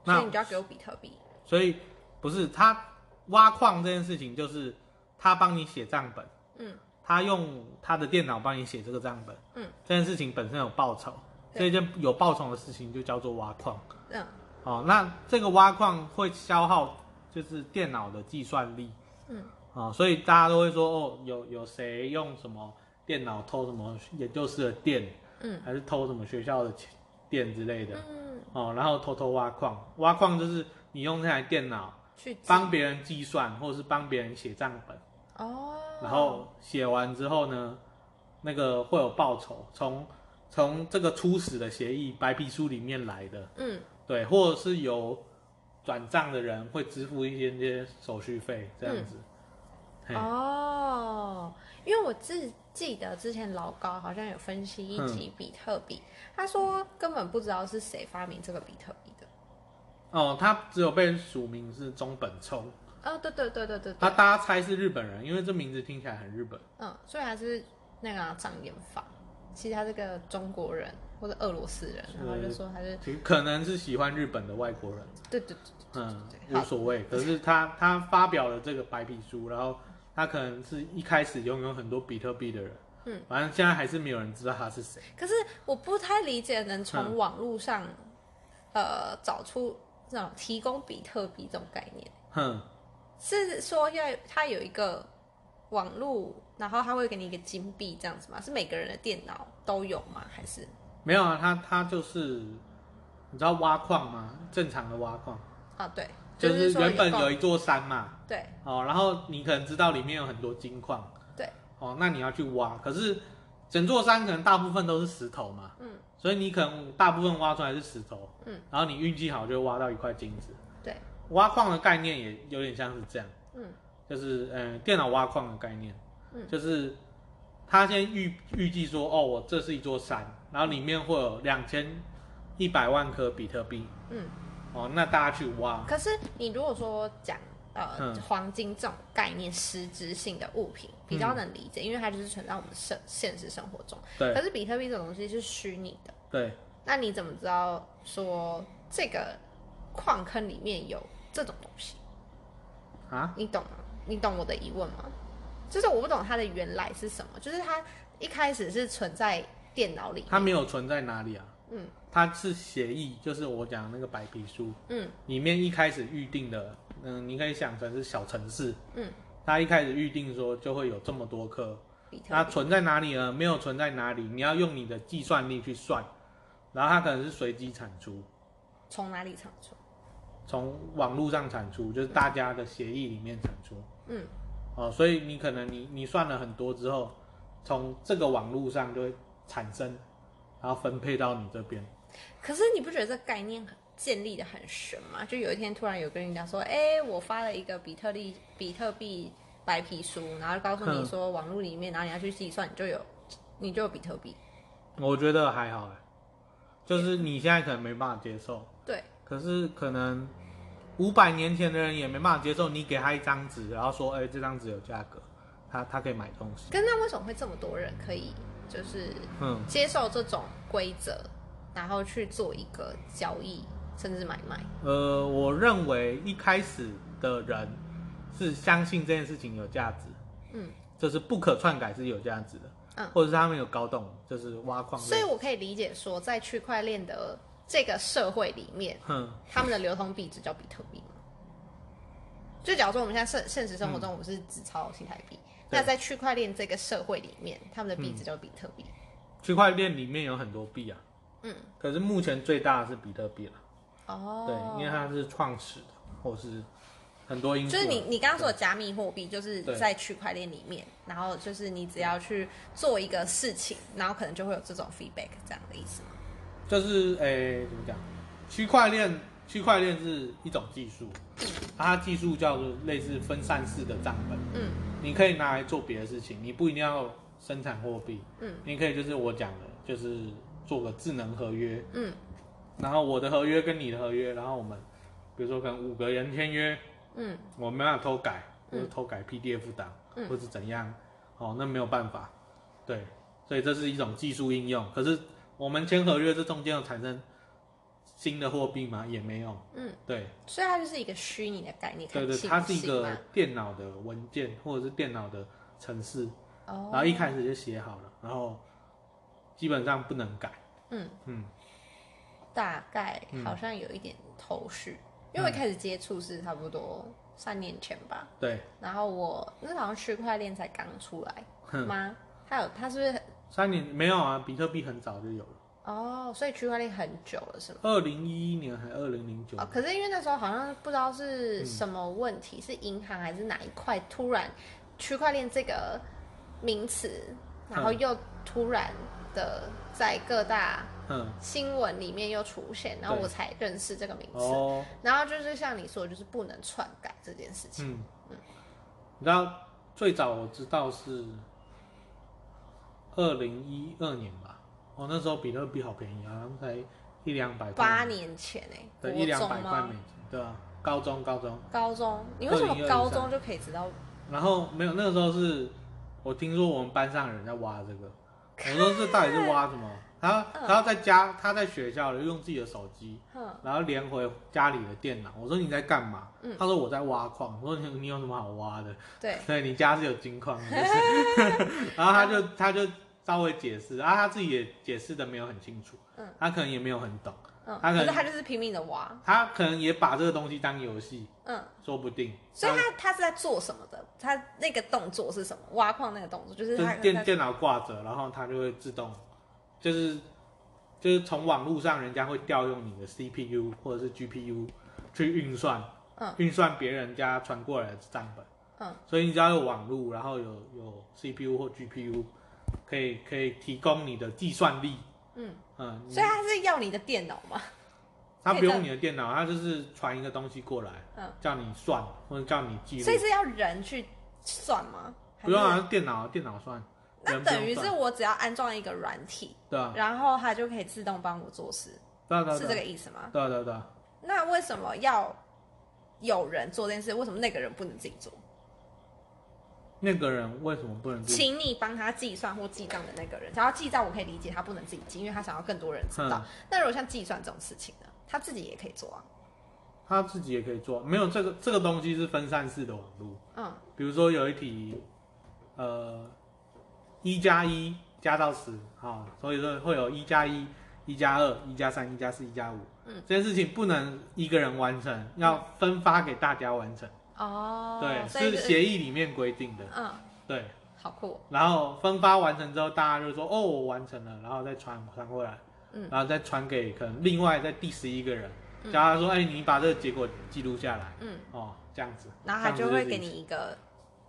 [SPEAKER 4] 那
[SPEAKER 2] 所以你就要给我比特币。
[SPEAKER 4] 所以不是他挖矿这件事情，就是他帮你写账本，
[SPEAKER 2] 嗯
[SPEAKER 4] 他用他的电脑帮你写这个账本，
[SPEAKER 2] 嗯，
[SPEAKER 4] 这件事情本身有报酬，
[SPEAKER 2] 对
[SPEAKER 4] 这件有报酬的事情就叫做挖矿。
[SPEAKER 2] 嗯
[SPEAKER 4] 哦，那这个挖矿会消耗就是电脑的计算力
[SPEAKER 2] 嗯
[SPEAKER 4] 哦，所以大家都会说哦，有有谁用什么电脑偷什么研究室的电，
[SPEAKER 2] 嗯
[SPEAKER 4] 还是偷什么学校的钱电之类的
[SPEAKER 2] 嗯，
[SPEAKER 4] 哦，然后偷偷挖矿。挖矿就是你用这台电脑
[SPEAKER 2] 去记
[SPEAKER 4] 帮别人计算，或者是帮别人写账本。
[SPEAKER 2] 哦，
[SPEAKER 4] 然后写完之后呢，那个会有报酬，从从这个初始的协议白皮书里面来的，
[SPEAKER 2] 嗯
[SPEAKER 4] 对，或者是由转账的人会支付一些些手续费这样子。
[SPEAKER 2] 嗯
[SPEAKER 4] 嘿
[SPEAKER 2] 哦，因为我自记得之前老高好像有分析一
[SPEAKER 4] 嗯
[SPEAKER 2] 集比特币，他说根本不知道是谁发明这个比特币的。
[SPEAKER 4] 哦，他只有被署名是中本聪，
[SPEAKER 2] 哦，对对对对对
[SPEAKER 4] 他
[SPEAKER 2] 对，
[SPEAKER 4] 大家猜是日本人，因为这名字听起来很日本。
[SPEAKER 2] 嗯，所以他是那个啊障眼法，其实他是个中国人或者俄罗斯人，
[SPEAKER 4] 是
[SPEAKER 2] 然后就说他是
[SPEAKER 4] 其实可能是喜欢日本的外国人，
[SPEAKER 2] 对对对
[SPEAKER 4] 嗯，无
[SPEAKER 2] 好
[SPEAKER 4] 所谓。可是他他发表了这个白皮书，然后他可能是一开始拥有很多比特币的人，
[SPEAKER 2] 嗯，
[SPEAKER 4] 反正现在还是没有人知道他是谁。
[SPEAKER 2] 可是我不太理解，能
[SPEAKER 4] 嗯
[SPEAKER 2] 从网络上、呃找出那种提供比特币这种概念，
[SPEAKER 4] 哼，
[SPEAKER 2] 是说要它有一个网络，然后它会给你一个金币这样子吗？是每个人的电脑都有吗？还是
[SPEAKER 4] 没有啊，他他就是，你知道挖矿吗？正常的挖矿，
[SPEAKER 2] 啊？对，
[SPEAKER 4] 就是
[SPEAKER 2] 是说
[SPEAKER 4] 原本有
[SPEAKER 2] 一
[SPEAKER 4] 一座山嘛，
[SPEAKER 2] 对
[SPEAKER 4] 哦，然后你可能知道里面有很多金矿，
[SPEAKER 2] 对，
[SPEAKER 4] 哦，那你要去挖，可是整座山可能大部分都是石头嘛，
[SPEAKER 2] 嗯，
[SPEAKER 4] 所以你可能大部分挖出来是石头，
[SPEAKER 2] 嗯，
[SPEAKER 4] 然后你运气好就挖到一块金子。
[SPEAKER 2] 对，
[SPEAKER 4] 挖矿的概念也有点像是这样，
[SPEAKER 2] 嗯
[SPEAKER 4] 就是嗯、呃电脑挖矿的概念，
[SPEAKER 2] 嗯
[SPEAKER 4] 就是他先预预计说，哦，我这是一座山，然后里面会有两千一百万颗比特币，
[SPEAKER 2] 嗯。
[SPEAKER 4] 哦，那大家去挖，
[SPEAKER 2] 可是你如果说讲呃、
[SPEAKER 4] 嗯
[SPEAKER 2] 黄金这种概念，实质性的物品比较能理解，因为它就是存在我们生现实生活中。可
[SPEAKER 4] 嗯对
[SPEAKER 2] 是比特币这种东西是虚拟的。
[SPEAKER 4] 对，
[SPEAKER 2] 那你怎么知道说这个矿坑里面有这种东西？
[SPEAKER 4] 啊，
[SPEAKER 2] 你懂吗？你懂我的疑问吗？就是我不懂它的原来是什么，就是它一开始是存在电脑里面。
[SPEAKER 4] 它没有存在哪里啊？
[SPEAKER 2] 嗯
[SPEAKER 4] 它是协议，就是我讲的那个白皮书
[SPEAKER 2] 嗯
[SPEAKER 4] 里面一开始预定的，嗯，你可以想成是小城市，
[SPEAKER 2] 嗯，
[SPEAKER 4] 它一开始预定说就会有这么多颗，
[SPEAKER 2] 比特
[SPEAKER 4] 它
[SPEAKER 2] 币。
[SPEAKER 4] 存在哪里呢？没有存在哪里，你要用你的计算力去算，然后它可能是随机产出，
[SPEAKER 2] 从哪里产出？
[SPEAKER 4] 从网络上产出，就是大家的协议里面产出。
[SPEAKER 2] 嗯，
[SPEAKER 4] 哦，所以你可能你你算了很多之后，从这个网络上就会产生，然后分配到你这边。
[SPEAKER 2] 可是你不觉得这概念很建立的很神吗？就有一天突然有个人讲说，哎、我发了一个比特币比特币白皮书，然后告诉你
[SPEAKER 4] 嗯
[SPEAKER 2] 说网络里面，然后你要去计算，你就有你就有比特币。
[SPEAKER 4] 我觉得还好哎，就是你现在可能没办法接受，
[SPEAKER 2] 对，
[SPEAKER 4] 可是可能五百年前的人也没办法接受，你给他一张纸，然后说，哎、这张纸有价格，他他可以买东西。
[SPEAKER 2] 可是那为什么会这么多人可以就是
[SPEAKER 4] 嗯，
[SPEAKER 2] 接受这种规则？然后去做一个交易甚至买卖。
[SPEAKER 4] 呃，我认为一开始的人是相信这件事情有价值，
[SPEAKER 2] 嗯，
[SPEAKER 4] 就是不可篡改是有价值的，
[SPEAKER 2] 嗯
[SPEAKER 4] 或者是他们有搞懂，就是挖矿类，
[SPEAKER 2] 所以我可以理解说，在区块链的这个社会里面，
[SPEAKER 4] 哼，
[SPEAKER 2] 他们的流通币值叫比特币吗就假如说我们现在现现实生活中，我们是只抄新台币，那
[SPEAKER 4] 嗯对
[SPEAKER 2] 在区块链这个社会里面，他们的币值叫比特币。
[SPEAKER 4] 区块链里面有很多币啊，
[SPEAKER 2] 嗯，
[SPEAKER 4] 可是目前最大的是比特币了，
[SPEAKER 2] 哦，
[SPEAKER 4] 对，因为它是创始的，或是很多因素
[SPEAKER 2] 就
[SPEAKER 4] 啊，
[SPEAKER 2] 是你你刚刚说的加密货币，就是
[SPEAKER 4] 对
[SPEAKER 2] 在区块链里面，然后就是你只要去做一个事情，然后可能就会有这种 feedback 这样的意思吗？
[SPEAKER 4] 就是诶、怎么讲？区块链，区块链是一种技术，啊它技术叫做类似分散式的账本，
[SPEAKER 2] 嗯
[SPEAKER 4] 你可以拿来做别的事情，你不一定要生产货币，
[SPEAKER 2] 嗯，
[SPEAKER 4] 你可以就是我讲的，就是做个智能合约，
[SPEAKER 2] 嗯
[SPEAKER 4] 然后我的合约跟你的合约，然后我们比如说可能五个人签约，
[SPEAKER 2] 嗯
[SPEAKER 4] 我没办法偷改，或
[SPEAKER 2] 嗯
[SPEAKER 4] 者偷改 PDF 档，
[SPEAKER 2] 嗯
[SPEAKER 4] 或是怎样，哦，那没有办法，对，所以这是一种技术应用。可是我们签合约这中间有产生新的货币吗？也没有，
[SPEAKER 2] 嗯，
[SPEAKER 4] 对，
[SPEAKER 2] 所以它就是一个虚拟的概念，
[SPEAKER 4] 对
[SPEAKER 2] 看
[SPEAKER 4] 对，
[SPEAKER 2] 清
[SPEAKER 4] 它是一
[SPEAKER 2] 晰
[SPEAKER 4] 个
[SPEAKER 2] 嘛
[SPEAKER 4] 电脑的文件或者是电脑的程式，
[SPEAKER 2] 哦，
[SPEAKER 4] 然后一开始就写好了，然后基本上不能改，
[SPEAKER 2] 嗯
[SPEAKER 4] 嗯，
[SPEAKER 2] 大概
[SPEAKER 4] 嗯
[SPEAKER 2] 好像有一点头绪，因为我一开始接触是差不多三年前吧，
[SPEAKER 4] 对，
[SPEAKER 2] 然后我那好像区块链才刚出来
[SPEAKER 4] 哼，
[SPEAKER 2] 吗？还有它是不是
[SPEAKER 4] 三年没有啊，比特币很早就有了，
[SPEAKER 2] 哦？所以区块链很久了是吗？
[SPEAKER 4] 二零一一年还二零零九
[SPEAKER 2] 哦，可是因为那时候好像不知道
[SPEAKER 4] 嗯
[SPEAKER 2] 是什么问题，是银行还是哪一块突然区块链这个名词，然后又突然的在各大
[SPEAKER 4] 嗯，
[SPEAKER 2] 新闻里面又出现，然后
[SPEAKER 4] 对
[SPEAKER 2] 我才认识这个名词。
[SPEAKER 4] 哦。
[SPEAKER 2] 然后就是像你说的，就是不能篡改这件事情。
[SPEAKER 4] 嗯，你知道最早我知道是二零一二年吧，哦，那时候比特币好便宜啊，好像才一两百块，
[SPEAKER 2] 八年前哎、
[SPEAKER 4] 对，
[SPEAKER 2] 国
[SPEAKER 4] 一两
[SPEAKER 2] 中
[SPEAKER 4] 百块美
[SPEAKER 2] 吗？
[SPEAKER 4] 金，对啊，高中高中，
[SPEAKER 2] 高中？你为什么
[SPEAKER 4] 2013
[SPEAKER 2] 高中就可以知道？
[SPEAKER 4] 然后没有那个时候是我听说我们班上有人在挖这个，我说这到底是挖什
[SPEAKER 2] <laughs>
[SPEAKER 4] 么？他
[SPEAKER 2] 嗯
[SPEAKER 4] 然后在家他在学校用自己的手机，
[SPEAKER 2] 哼，
[SPEAKER 4] 然后连回家里的电脑，我说你在干嘛？
[SPEAKER 2] 嗯
[SPEAKER 4] 他说我在挖矿，我说你你有什么好挖的？
[SPEAKER 2] 对，
[SPEAKER 4] 对你家是有金矿，就是然后他就他就稍微解释，然啊后他自己也解释的没有很清楚，
[SPEAKER 2] 嗯
[SPEAKER 4] 他可能也没有很懂，
[SPEAKER 2] 嗯，
[SPEAKER 4] 他可
[SPEAKER 2] 可
[SPEAKER 4] 能
[SPEAKER 2] 是他就是拼命的挖，
[SPEAKER 4] 他可能也把这个东西当游戏，
[SPEAKER 2] 嗯，
[SPEAKER 4] 说不定，
[SPEAKER 2] 所以他他是在做什么的？他那个动作是什么？挖矿那个动作就是
[SPEAKER 4] 就
[SPEAKER 2] 他
[SPEAKER 4] 是电电脑挂着，然后它就会自动，就是就是从网络上人家会调用你的 CPU 或者是 GPU 去运算，
[SPEAKER 2] 嗯
[SPEAKER 4] 运算别人家传过来的账本。
[SPEAKER 2] 嗯，
[SPEAKER 4] 所以你只要有网络，然后有有 CPU 或 GPU，可以可以提供你的计算力。
[SPEAKER 2] 嗯
[SPEAKER 4] 嗯，你
[SPEAKER 2] 所以他是要你的电脑嘛？
[SPEAKER 4] 它不
[SPEAKER 2] 可以这
[SPEAKER 4] 用
[SPEAKER 2] 样
[SPEAKER 4] 你的电脑，它就是传一个东西过来，
[SPEAKER 2] 嗯，
[SPEAKER 4] 叫你算或者叫你记录
[SPEAKER 2] 所以，是要人去算吗？还
[SPEAKER 4] 嗯不
[SPEAKER 2] 是
[SPEAKER 4] 用啊，电脑电脑算，
[SPEAKER 2] 那
[SPEAKER 4] 人不
[SPEAKER 2] 等
[SPEAKER 4] 用
[SPEAKER 2] 于是
[SPEAKER 4] 算
[SPEAKER 2] 我只要安装一个软体，
[SPEAKER 4] 对啊，
[SPEAKER 2] 然后它就可以自动帮我做事，
[SPEAKER 4] 对啊对啊
[SPEAKER 2] 是
[SPEAKER 4] 对
[SPEAKER 2] 这个
[SPEAKER 4] 啊
[SPEAKER 2] 意思吗？
[SPEAKER 4] 对啊对啊对啊。
[SPEAKER 2] 那为什么要有人做这件事？为什么那个人不能自己做？
[SPEAKER 4] 那个人为什么不能自己？
[SPEAKER 2] 请你帮他计算或记账的那个人，想要记账，我可以理解他不能自己记，因为他想要更多人知
[SPEAKER 4] 嗯
[SPEAKER 2] 道。那如果像计算这种事情呢，他自己也可以做啊。
[SPEAKER 4] 他自己也可以做，没有这个这个东西是分散式的网络。
[SPEAKER 2] 嗯
[SPEAKER 4] 比如说有一题，呃，一加一加到十啊，所以说会有一加一、一加二、一加三、一加四、一加五。
[SPEAKER 2] 嗯，
[SPEAKER 4] 这件事情不能一个人完成，要分发给大家完成。
[SPEAKER 2] 哦，
[SPEAKER 4] 对，
[SPEAKER 2] 所以
[SPEAKER 4] 是协议里面规定的。
[SPEAKER 2] 嗯，
[SPEAKER 4] 对，
[SPEAKER 2] 好酷哦，
[SPEAKER 4] 然后分发完成之后，大家就说哦，我完成了，然后再传传过来，
[SPEAKER 2] 嗯
[SPEAKER 4] 然后再传给可能另外再第十一个人，叫他说，哎、你把这个结果记录下来，
[SPEAKER 2] 嗯，
[SPEAKER 4] 哦，这样子，
[SPEAKER 2] 然后他
[SPEAKER 4] 这
[SPEAKER 2] 就
[SPEAKER 4] 样子
[SPEAKER 2] 会
[SPEAKER 4] 是
[SPEAKER 2] 给你一个，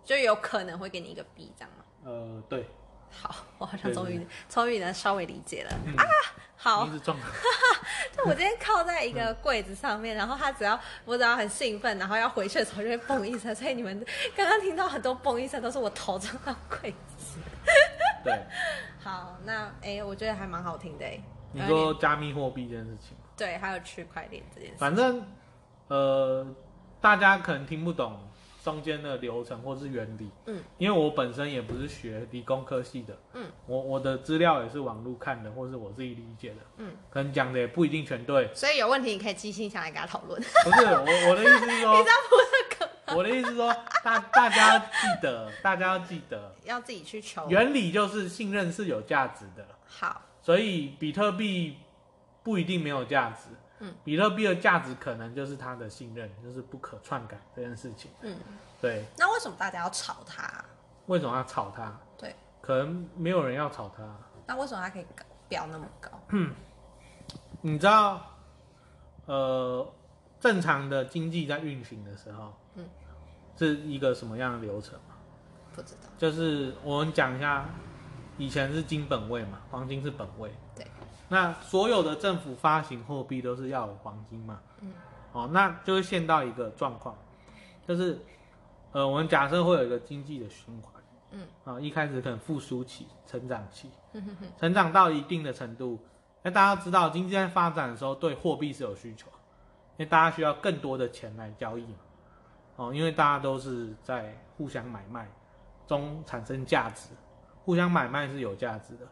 [SPEAKER 2] 就有可能会给你一个 B 这样吗？
[SPEAKER 4] 呃，对，
[SPEAKER 2] <laughs> 好，我好像
[SPEAKER 4] 对
[SPEAKER 2] 终
[SPEAKER 4] 对
[SPEAKER 2] 于终于能稍微理解了、
[SPEAKER 4] 嗯
[SPEAKER 2] 啊。好
[SPEAKER 4] 你，是中，
[SPEAKER 2] 就我今天靠在一个柜子上面，然后他只要我只要很兴奋，然后要回去的时候就会嘣一声，所以你们刚刚听到很多嘣一声都是我头撞到柜子。 <laughs>
[SPEAKER 4] 对，
[SPEAKER 2] 好，那哎、诶我觉得还蛮好听的、诶
[SPEAKER 4] 你说加密货币这件事情，
[SPEAKER 2] 对，还有区块链这件事，
[SPEAKER 4] 反正呃，大家可能听不懂中间的流程或是原理。
[SPEAKER 5] 嗯，
[SPEAKER 4] 因为我本身也不是学理工科系的，
[SPEAKER 5] 嗯，
[SPEAKER 4] 我我的资料也是网络看的，或是我自己理解的，
[SPEAKER 5] 嗯，
[SPEAKER 4] 可能讲的也不一定全对。
[SPEAKER 5] 所以有问题你可以即兴想来跟他讨论。
[SPEAKER 4] 不是我我的意思
[SPEAKER 5] <laughs>
[SPEAKER 4] 是说，我的意思是说，大大家要记得，大家要记得，
[SPEAKER 5] 要自己去求。
[SPEAKER 4] 原理就是信任是有价值的，
[SPEAKER 5] 好，
[SPEAKER 4] 所以比特币不一定没有价值。
[SPEAKER 5] 嗯，
[SPEAKER 4] 比特币的价值可能就是它的信任，就是不可篡改这件事情。
[SPEAKER 5] 嗯，
[SPEAKER 4] 对，
[SPEAKER 5] 那为什么大家要炒他？
[SPEAKER 4] 为什么要炒它？
[SPEAKER 5] 对，
[SPEAKER 4] 可能没有人要炒它。
[SPEAKER 5] 那为什么他可以飙那么高？
[SPEAKER 4] 嗯你知道，呃，正常的经济在运行的时候，
[SPEAKER 5] 嗯，
[SPEAKER 4] 是一个什么样的流程吗？
[SPEAKER 5] 不知道。
[SPEAKER 4] 就是我们讲一下，以前是金本位嘛，黄金是本位。
[SPEAKER 5] 对。
[SPEAKER 4] 那所有的政府发行货币都是要有黄金嘛？
[SPEAKER 5] 嗯。
[SPEAKER 4] 哦，那就会陷到一个状况，就是，呃，我们假设会有一个经济的循环。
[SPEAKER 5] 嗯。
[SPEAKER 4] 啊、一开始可能复苏期、成长期，
[SPEAKER 5] 哼哼哼
[SPEAKER 4] 成长到一定的程度，那大家知道经济在发展的时候对货币是有需求，因为大家需要更多的钱来交易嘛。哦，因为大家都是在互相买卖中产生价值，互相买卖是有价值的。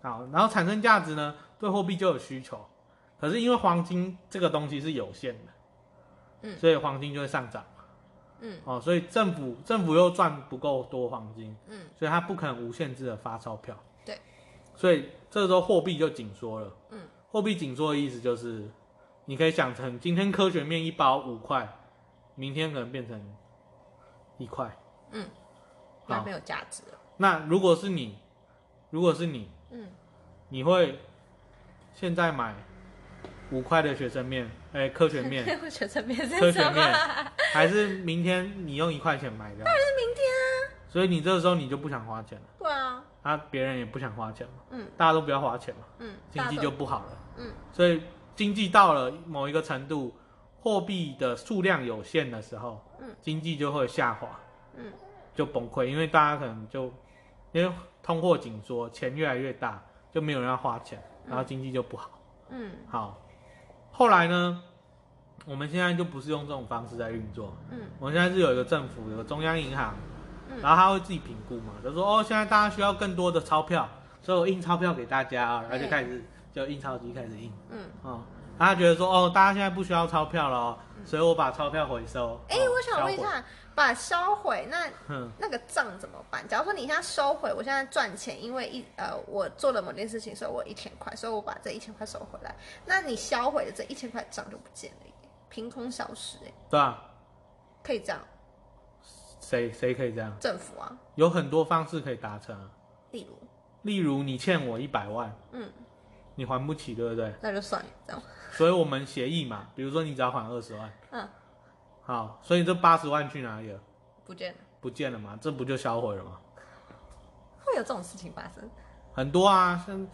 [SPEAKER 4] 好，然后产生价值呢，对货币就有需求。可是因为黄金这个东西是有限的，
[SPEAKER 5] 嗯
[SPEAKER 4] 所以黄金就会上涨。
[SPEAKER 5] 嗯
[SPEAKER 4] 哦，所以政府政府又赚不够多黄金，
[SPEAKER 5] 嗯，
[SPEAKER 4] 所以它不可能无限制的发钞票。
[SPEAKER 5] 对，
[SPEAKER 4] 所以这时候货币就紧缩了。
[SPEAKER 5] 嗯，
[SPEAKER 4] 货币紧缩的意思就是，你可以想成今天科学面一包五块，明天可能变成一块。
[SPEAKER 5] 那
[SPEAKER 4] 好
[SPEAKER 5] 没有价值了。
[SPEAKER 4] 那如果是你，如果是你，
[SPEAKER 5] 嗯，
[SPEAKER 4] 你会现在买五块的学生面，哎、科学
[SPEAKER 5] <laughs>
[SPEAKER 4] 面，
[SPEAKER 2] <laughs>
[SPEAKER 5] 我觉得面是
[SPEAKER 4] 科学
[SPEAKER 5] 什么
[SPEAKER 4] 面
[SPEAKER 5] 啊？
[SPEAKER 4] 还是明天你用一块钱买的？当然是明天啊。所以你这个时候你就不想花钱了，
[SPEAKER 5] 对啊，
[SPEAKER 4] 啊，别人也不想花钱嘛，
[SPEAKER 5] 嗯
[SPEAKER 4] 大家都不要花钱嘛，
[SPEAKER 5] 嗯，
[SPEAKER 4] 经济
[SPEAKER 5] 大
[SPEAKER 4] 就
[SPEAKER 5] 众
[SPEAKER 4] 不好了。
[SPEAKER 5] 嗯
[SPEAKER 4] 所以经济到了某一个程度，货币的数量有限的时候，
[SPEAKER 5] 嗯，
[SPEAKER 4] 经济就会下滑，
[SPEAKER 5] 嗯，
[SPEAKER 4] 就崩溃，因为大家可能就因为通货紧缩，钱越来越大，就没有人要花钱，然后经济就不好。
[SPEAKER 5] 嗯
[SPEAKER 4] 好，后来呢，我们现在就不是用这种方式在运作，
[SPEAKER 5] 嗯
[SPEAKER 4] 我们现在是有一个政府，有个中央银行，
[SPEAKER 5] 嗯
[SPEAKER 4] 然后他会自己评估嘛，就说哦，现在大家需要更多的钞票，所以我印钞票给大家啊，然后就
[SPEAKER 5] 嗯
[SPEAKER 4] 开始、就印钞机开始印。
[SPEAKER 5] 嗯。
[SPEAKER 4] 哦，他觉得说哦，大家现在不需要钞票了哦，所以我把钞票回收。
[SPEAKER 2] 哎、
[SPEAKER 4] 哦
[SPEAKER 2] 嗯我想问一，
[SPEAKER 4] 销毁嗯
[SPEAKER 2] 下，把销毁那
[SPEAKER 4] 哼，
[SPEAKER 2] 那个账怎么办？假如说你现在收回，我现在赚钱，因为一呃我做了某件事情，所以我一千块，所以我把这一千块收回来，那你销毁的这一千块账就不见了耶，凭空消失，哎，
[SPEAKER 4] 对啊，
[SPEAKER 2] 可以这样，
[SPEAKER 4] 谁谁可以这样？
[SPEAKER 2] 政府啊，
[SPEAKER 4] 有很多方式可以达成啊，
[SPEAKER 2] 例如，
[SPEAKER 4] 例如你欠我一百万，
[SPEAKER 2] 嗯，
[SPEAKER 4] 你还不起，对不对？
[SPEAKER 2] 那就算了，这样，
[SPEAKER 4] 所以我们协议嘛，比如说你只要还二十万，
[SPEAKER 2] 嗯，
[SPEAKER 4] 好，所以这八十万去哪里了？
[SPEAKER 2] 不见了，
[SPEAKER 4] 不见了嘛，这不就销毁了吗？
[SPEAKER 2] 会有这种事情发生，
[SPEAKER 4] 很多啊，像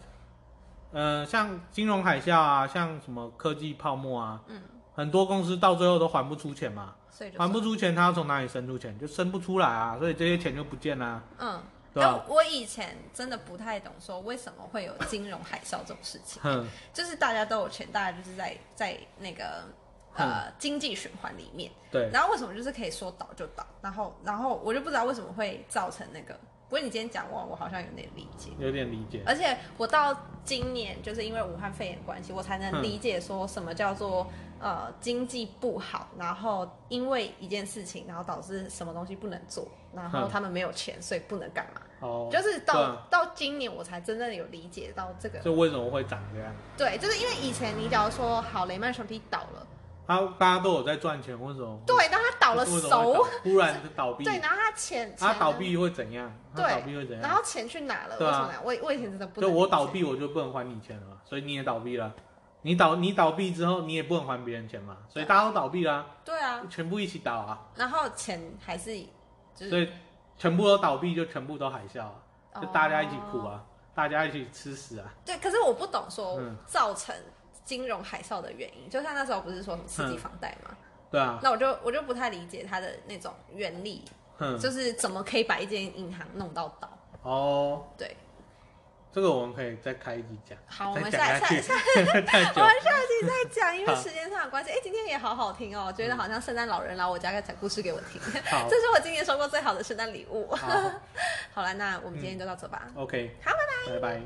[SPEAKER 4] 呃像金融海啸啊，像什么科技泡沫啊，
[SPEAKER 2] 嗯，
[SPEAKER 4] 很多公司到最后都还不出钱嘛。
[SPEAKER 2] 所以就
[SPEAKER 4] 还不
[SPEAKER 2] 算了，
[SPEAKER 4] 出钱，他要从哪里生出钱？就生不出来啊，所以这些钱就不见啦、
[SPEAKER 2] 嗯。
[SPEAKER 4] 对啊
[SPEAKER 2] 但
[SPEAKER 4] 吧？
[SPEAKER 2] 我我以前真的不太懂，说为什么会有金融海啸这种事情。
[SPEAKER 4] 哼，
[SPEAKER 2] 就是大家都有钱，大家就是在在那个呃经济循环里面。
[SPEAKER 4] 对，
[SPEAKER 2] 然后为什么就是可以说倒就倒？然后然后我就不知道为什么会造成那个。不过你今天讲完，我好像有点理解。
[SPEAKER 4] 有点理解。
[SPEAKER 2] 而且我到今年，就是因为武汉肺炎关系，我才
[SPEAKER 4] 嗯
[SPEAKER 2] 能理解说什么叫做、呃经济不好，然后因为一件事情，然后导致什么东西不能做，然后
[SPEAKER 4] 嗯
[SPEAKER 2] 他们没有钱，所以不能干嘛。
[SPEAKER 4] 哦，
[SPEAKER 2] 就是到、
[SPEAKER 4] 对啊
[SPEAKER 2] 到今年，我才真正有理解到这个
[SPEAKER 4] 就为什么会长这样？
[SPEAKER 2] 对，就是因为以前你假如说好雷曼兄弟倒了，
[SPEAKER 4] 他啊大家都有在赚钱，为什么？
[SPEAKER 2] 对，但他倒了
[SPEAKER 4] 为什么会
[SPEAKER 2] 手，
[SPEAKER 4] 倒，忽然就倒
[SPEAKER 2] <laughs>
[SPEAKER 4] 闭，
[SPEAKER 2] 对，然后他钱
[SPEAKER 4] 他
[SPEAKER 2] 钱
[SPEAKER 4] 倒，闭会怎样？他
[SPEAKER 2] 对
[SPEAKER 4] 倒闭会怎
[SPEAKER 2] 然
[SPEAKER 4] 样？
[SPEAKER 2] 后钱去哪了？为
[SPEAKER 4] 对啊
[SPEAKER 2] 什么呢？我我以前真的不
[SPEAKER 4] 就
[SPEAKER 2] 能，
[SPEAKER 4] 我倒，闭，我就不能还你钱了嘛，所以你也倒闭了。你倒你倒闭之后，你也不能还别人钱嘛，所
[SPEAKER 2] 啊
[SPEAKER 4] 以大家都倒闭啦、
[SPEAKER 2] 对啊，
[SPEAKER 4] 全部一起倒啊，
[SPEAKER 2] 然后钱还是就
[SPEAKER 4] 所
[SPEAKER 2] 是
[SPEAKER 4] 以全部都倒闭就全部都海啸、啊，就大家一起哭
[SPEAKER 2] 哦，
[SPEAKER 4] 啊，大家一起吃屎啊。
[SPEAKER 2] 对，可是我不懂说
[SPEAKER 4] 嗯
[SPEAKER 2] 造成。金融海啸的原因，就像那时候不是说什么刺激
[SPEAKER 4] 嗯
[SPEAKER 2] 房贷吗？
[SPEAKER 4] 对啊，
[SPEAKER 2] 那我就我就不太理解它的那种原理，
[SPEAKER 4] 哼，
[SPEAKER 2] 就是怎么可以把一间银行弄到倒？
[SPEAKER 4] 哦，
[SPEAKER 2] 对，
[SPEAKER 4] 这个我们可以再开一集
[SPEAKER 2] <laughs>
[SPEAKER 4] 讲。
[SPEAKER 2] 好，我
[SPEAKER 4] 再
[SPEAKER 2] 们
[SPEAKER 4] 讲
[SPEAKER 2] 下
[SPEAKER 4] 下
[SPEAKER 2] 下
[SPEAKER 4] 去
[SPEAKER 2] 下，
[SPEAKER 4] 太
[SPEAKER 2] 我
[SPEAKER 4] 久了
[SPEAKER 2] 们。下集再讲，因为
[SPEAKER 4] 好嗯
[SPEAKER 2] 时间上的关系。哎，今天也好好听哦，觉得好像圣诞老人来我家讲故事给我听，
[SPEAKER 4] 好
[SPEAKER 2] 这是我今年收过最好的圣诞礼物。
[SPEAKER 4] 好
[SPEAKER 2] 好了，那我们今天就到这吧。
[SPEAKER 4] ，OK，
[SPEAKER 2] 好，
[SPEAKER 4] 拜拜。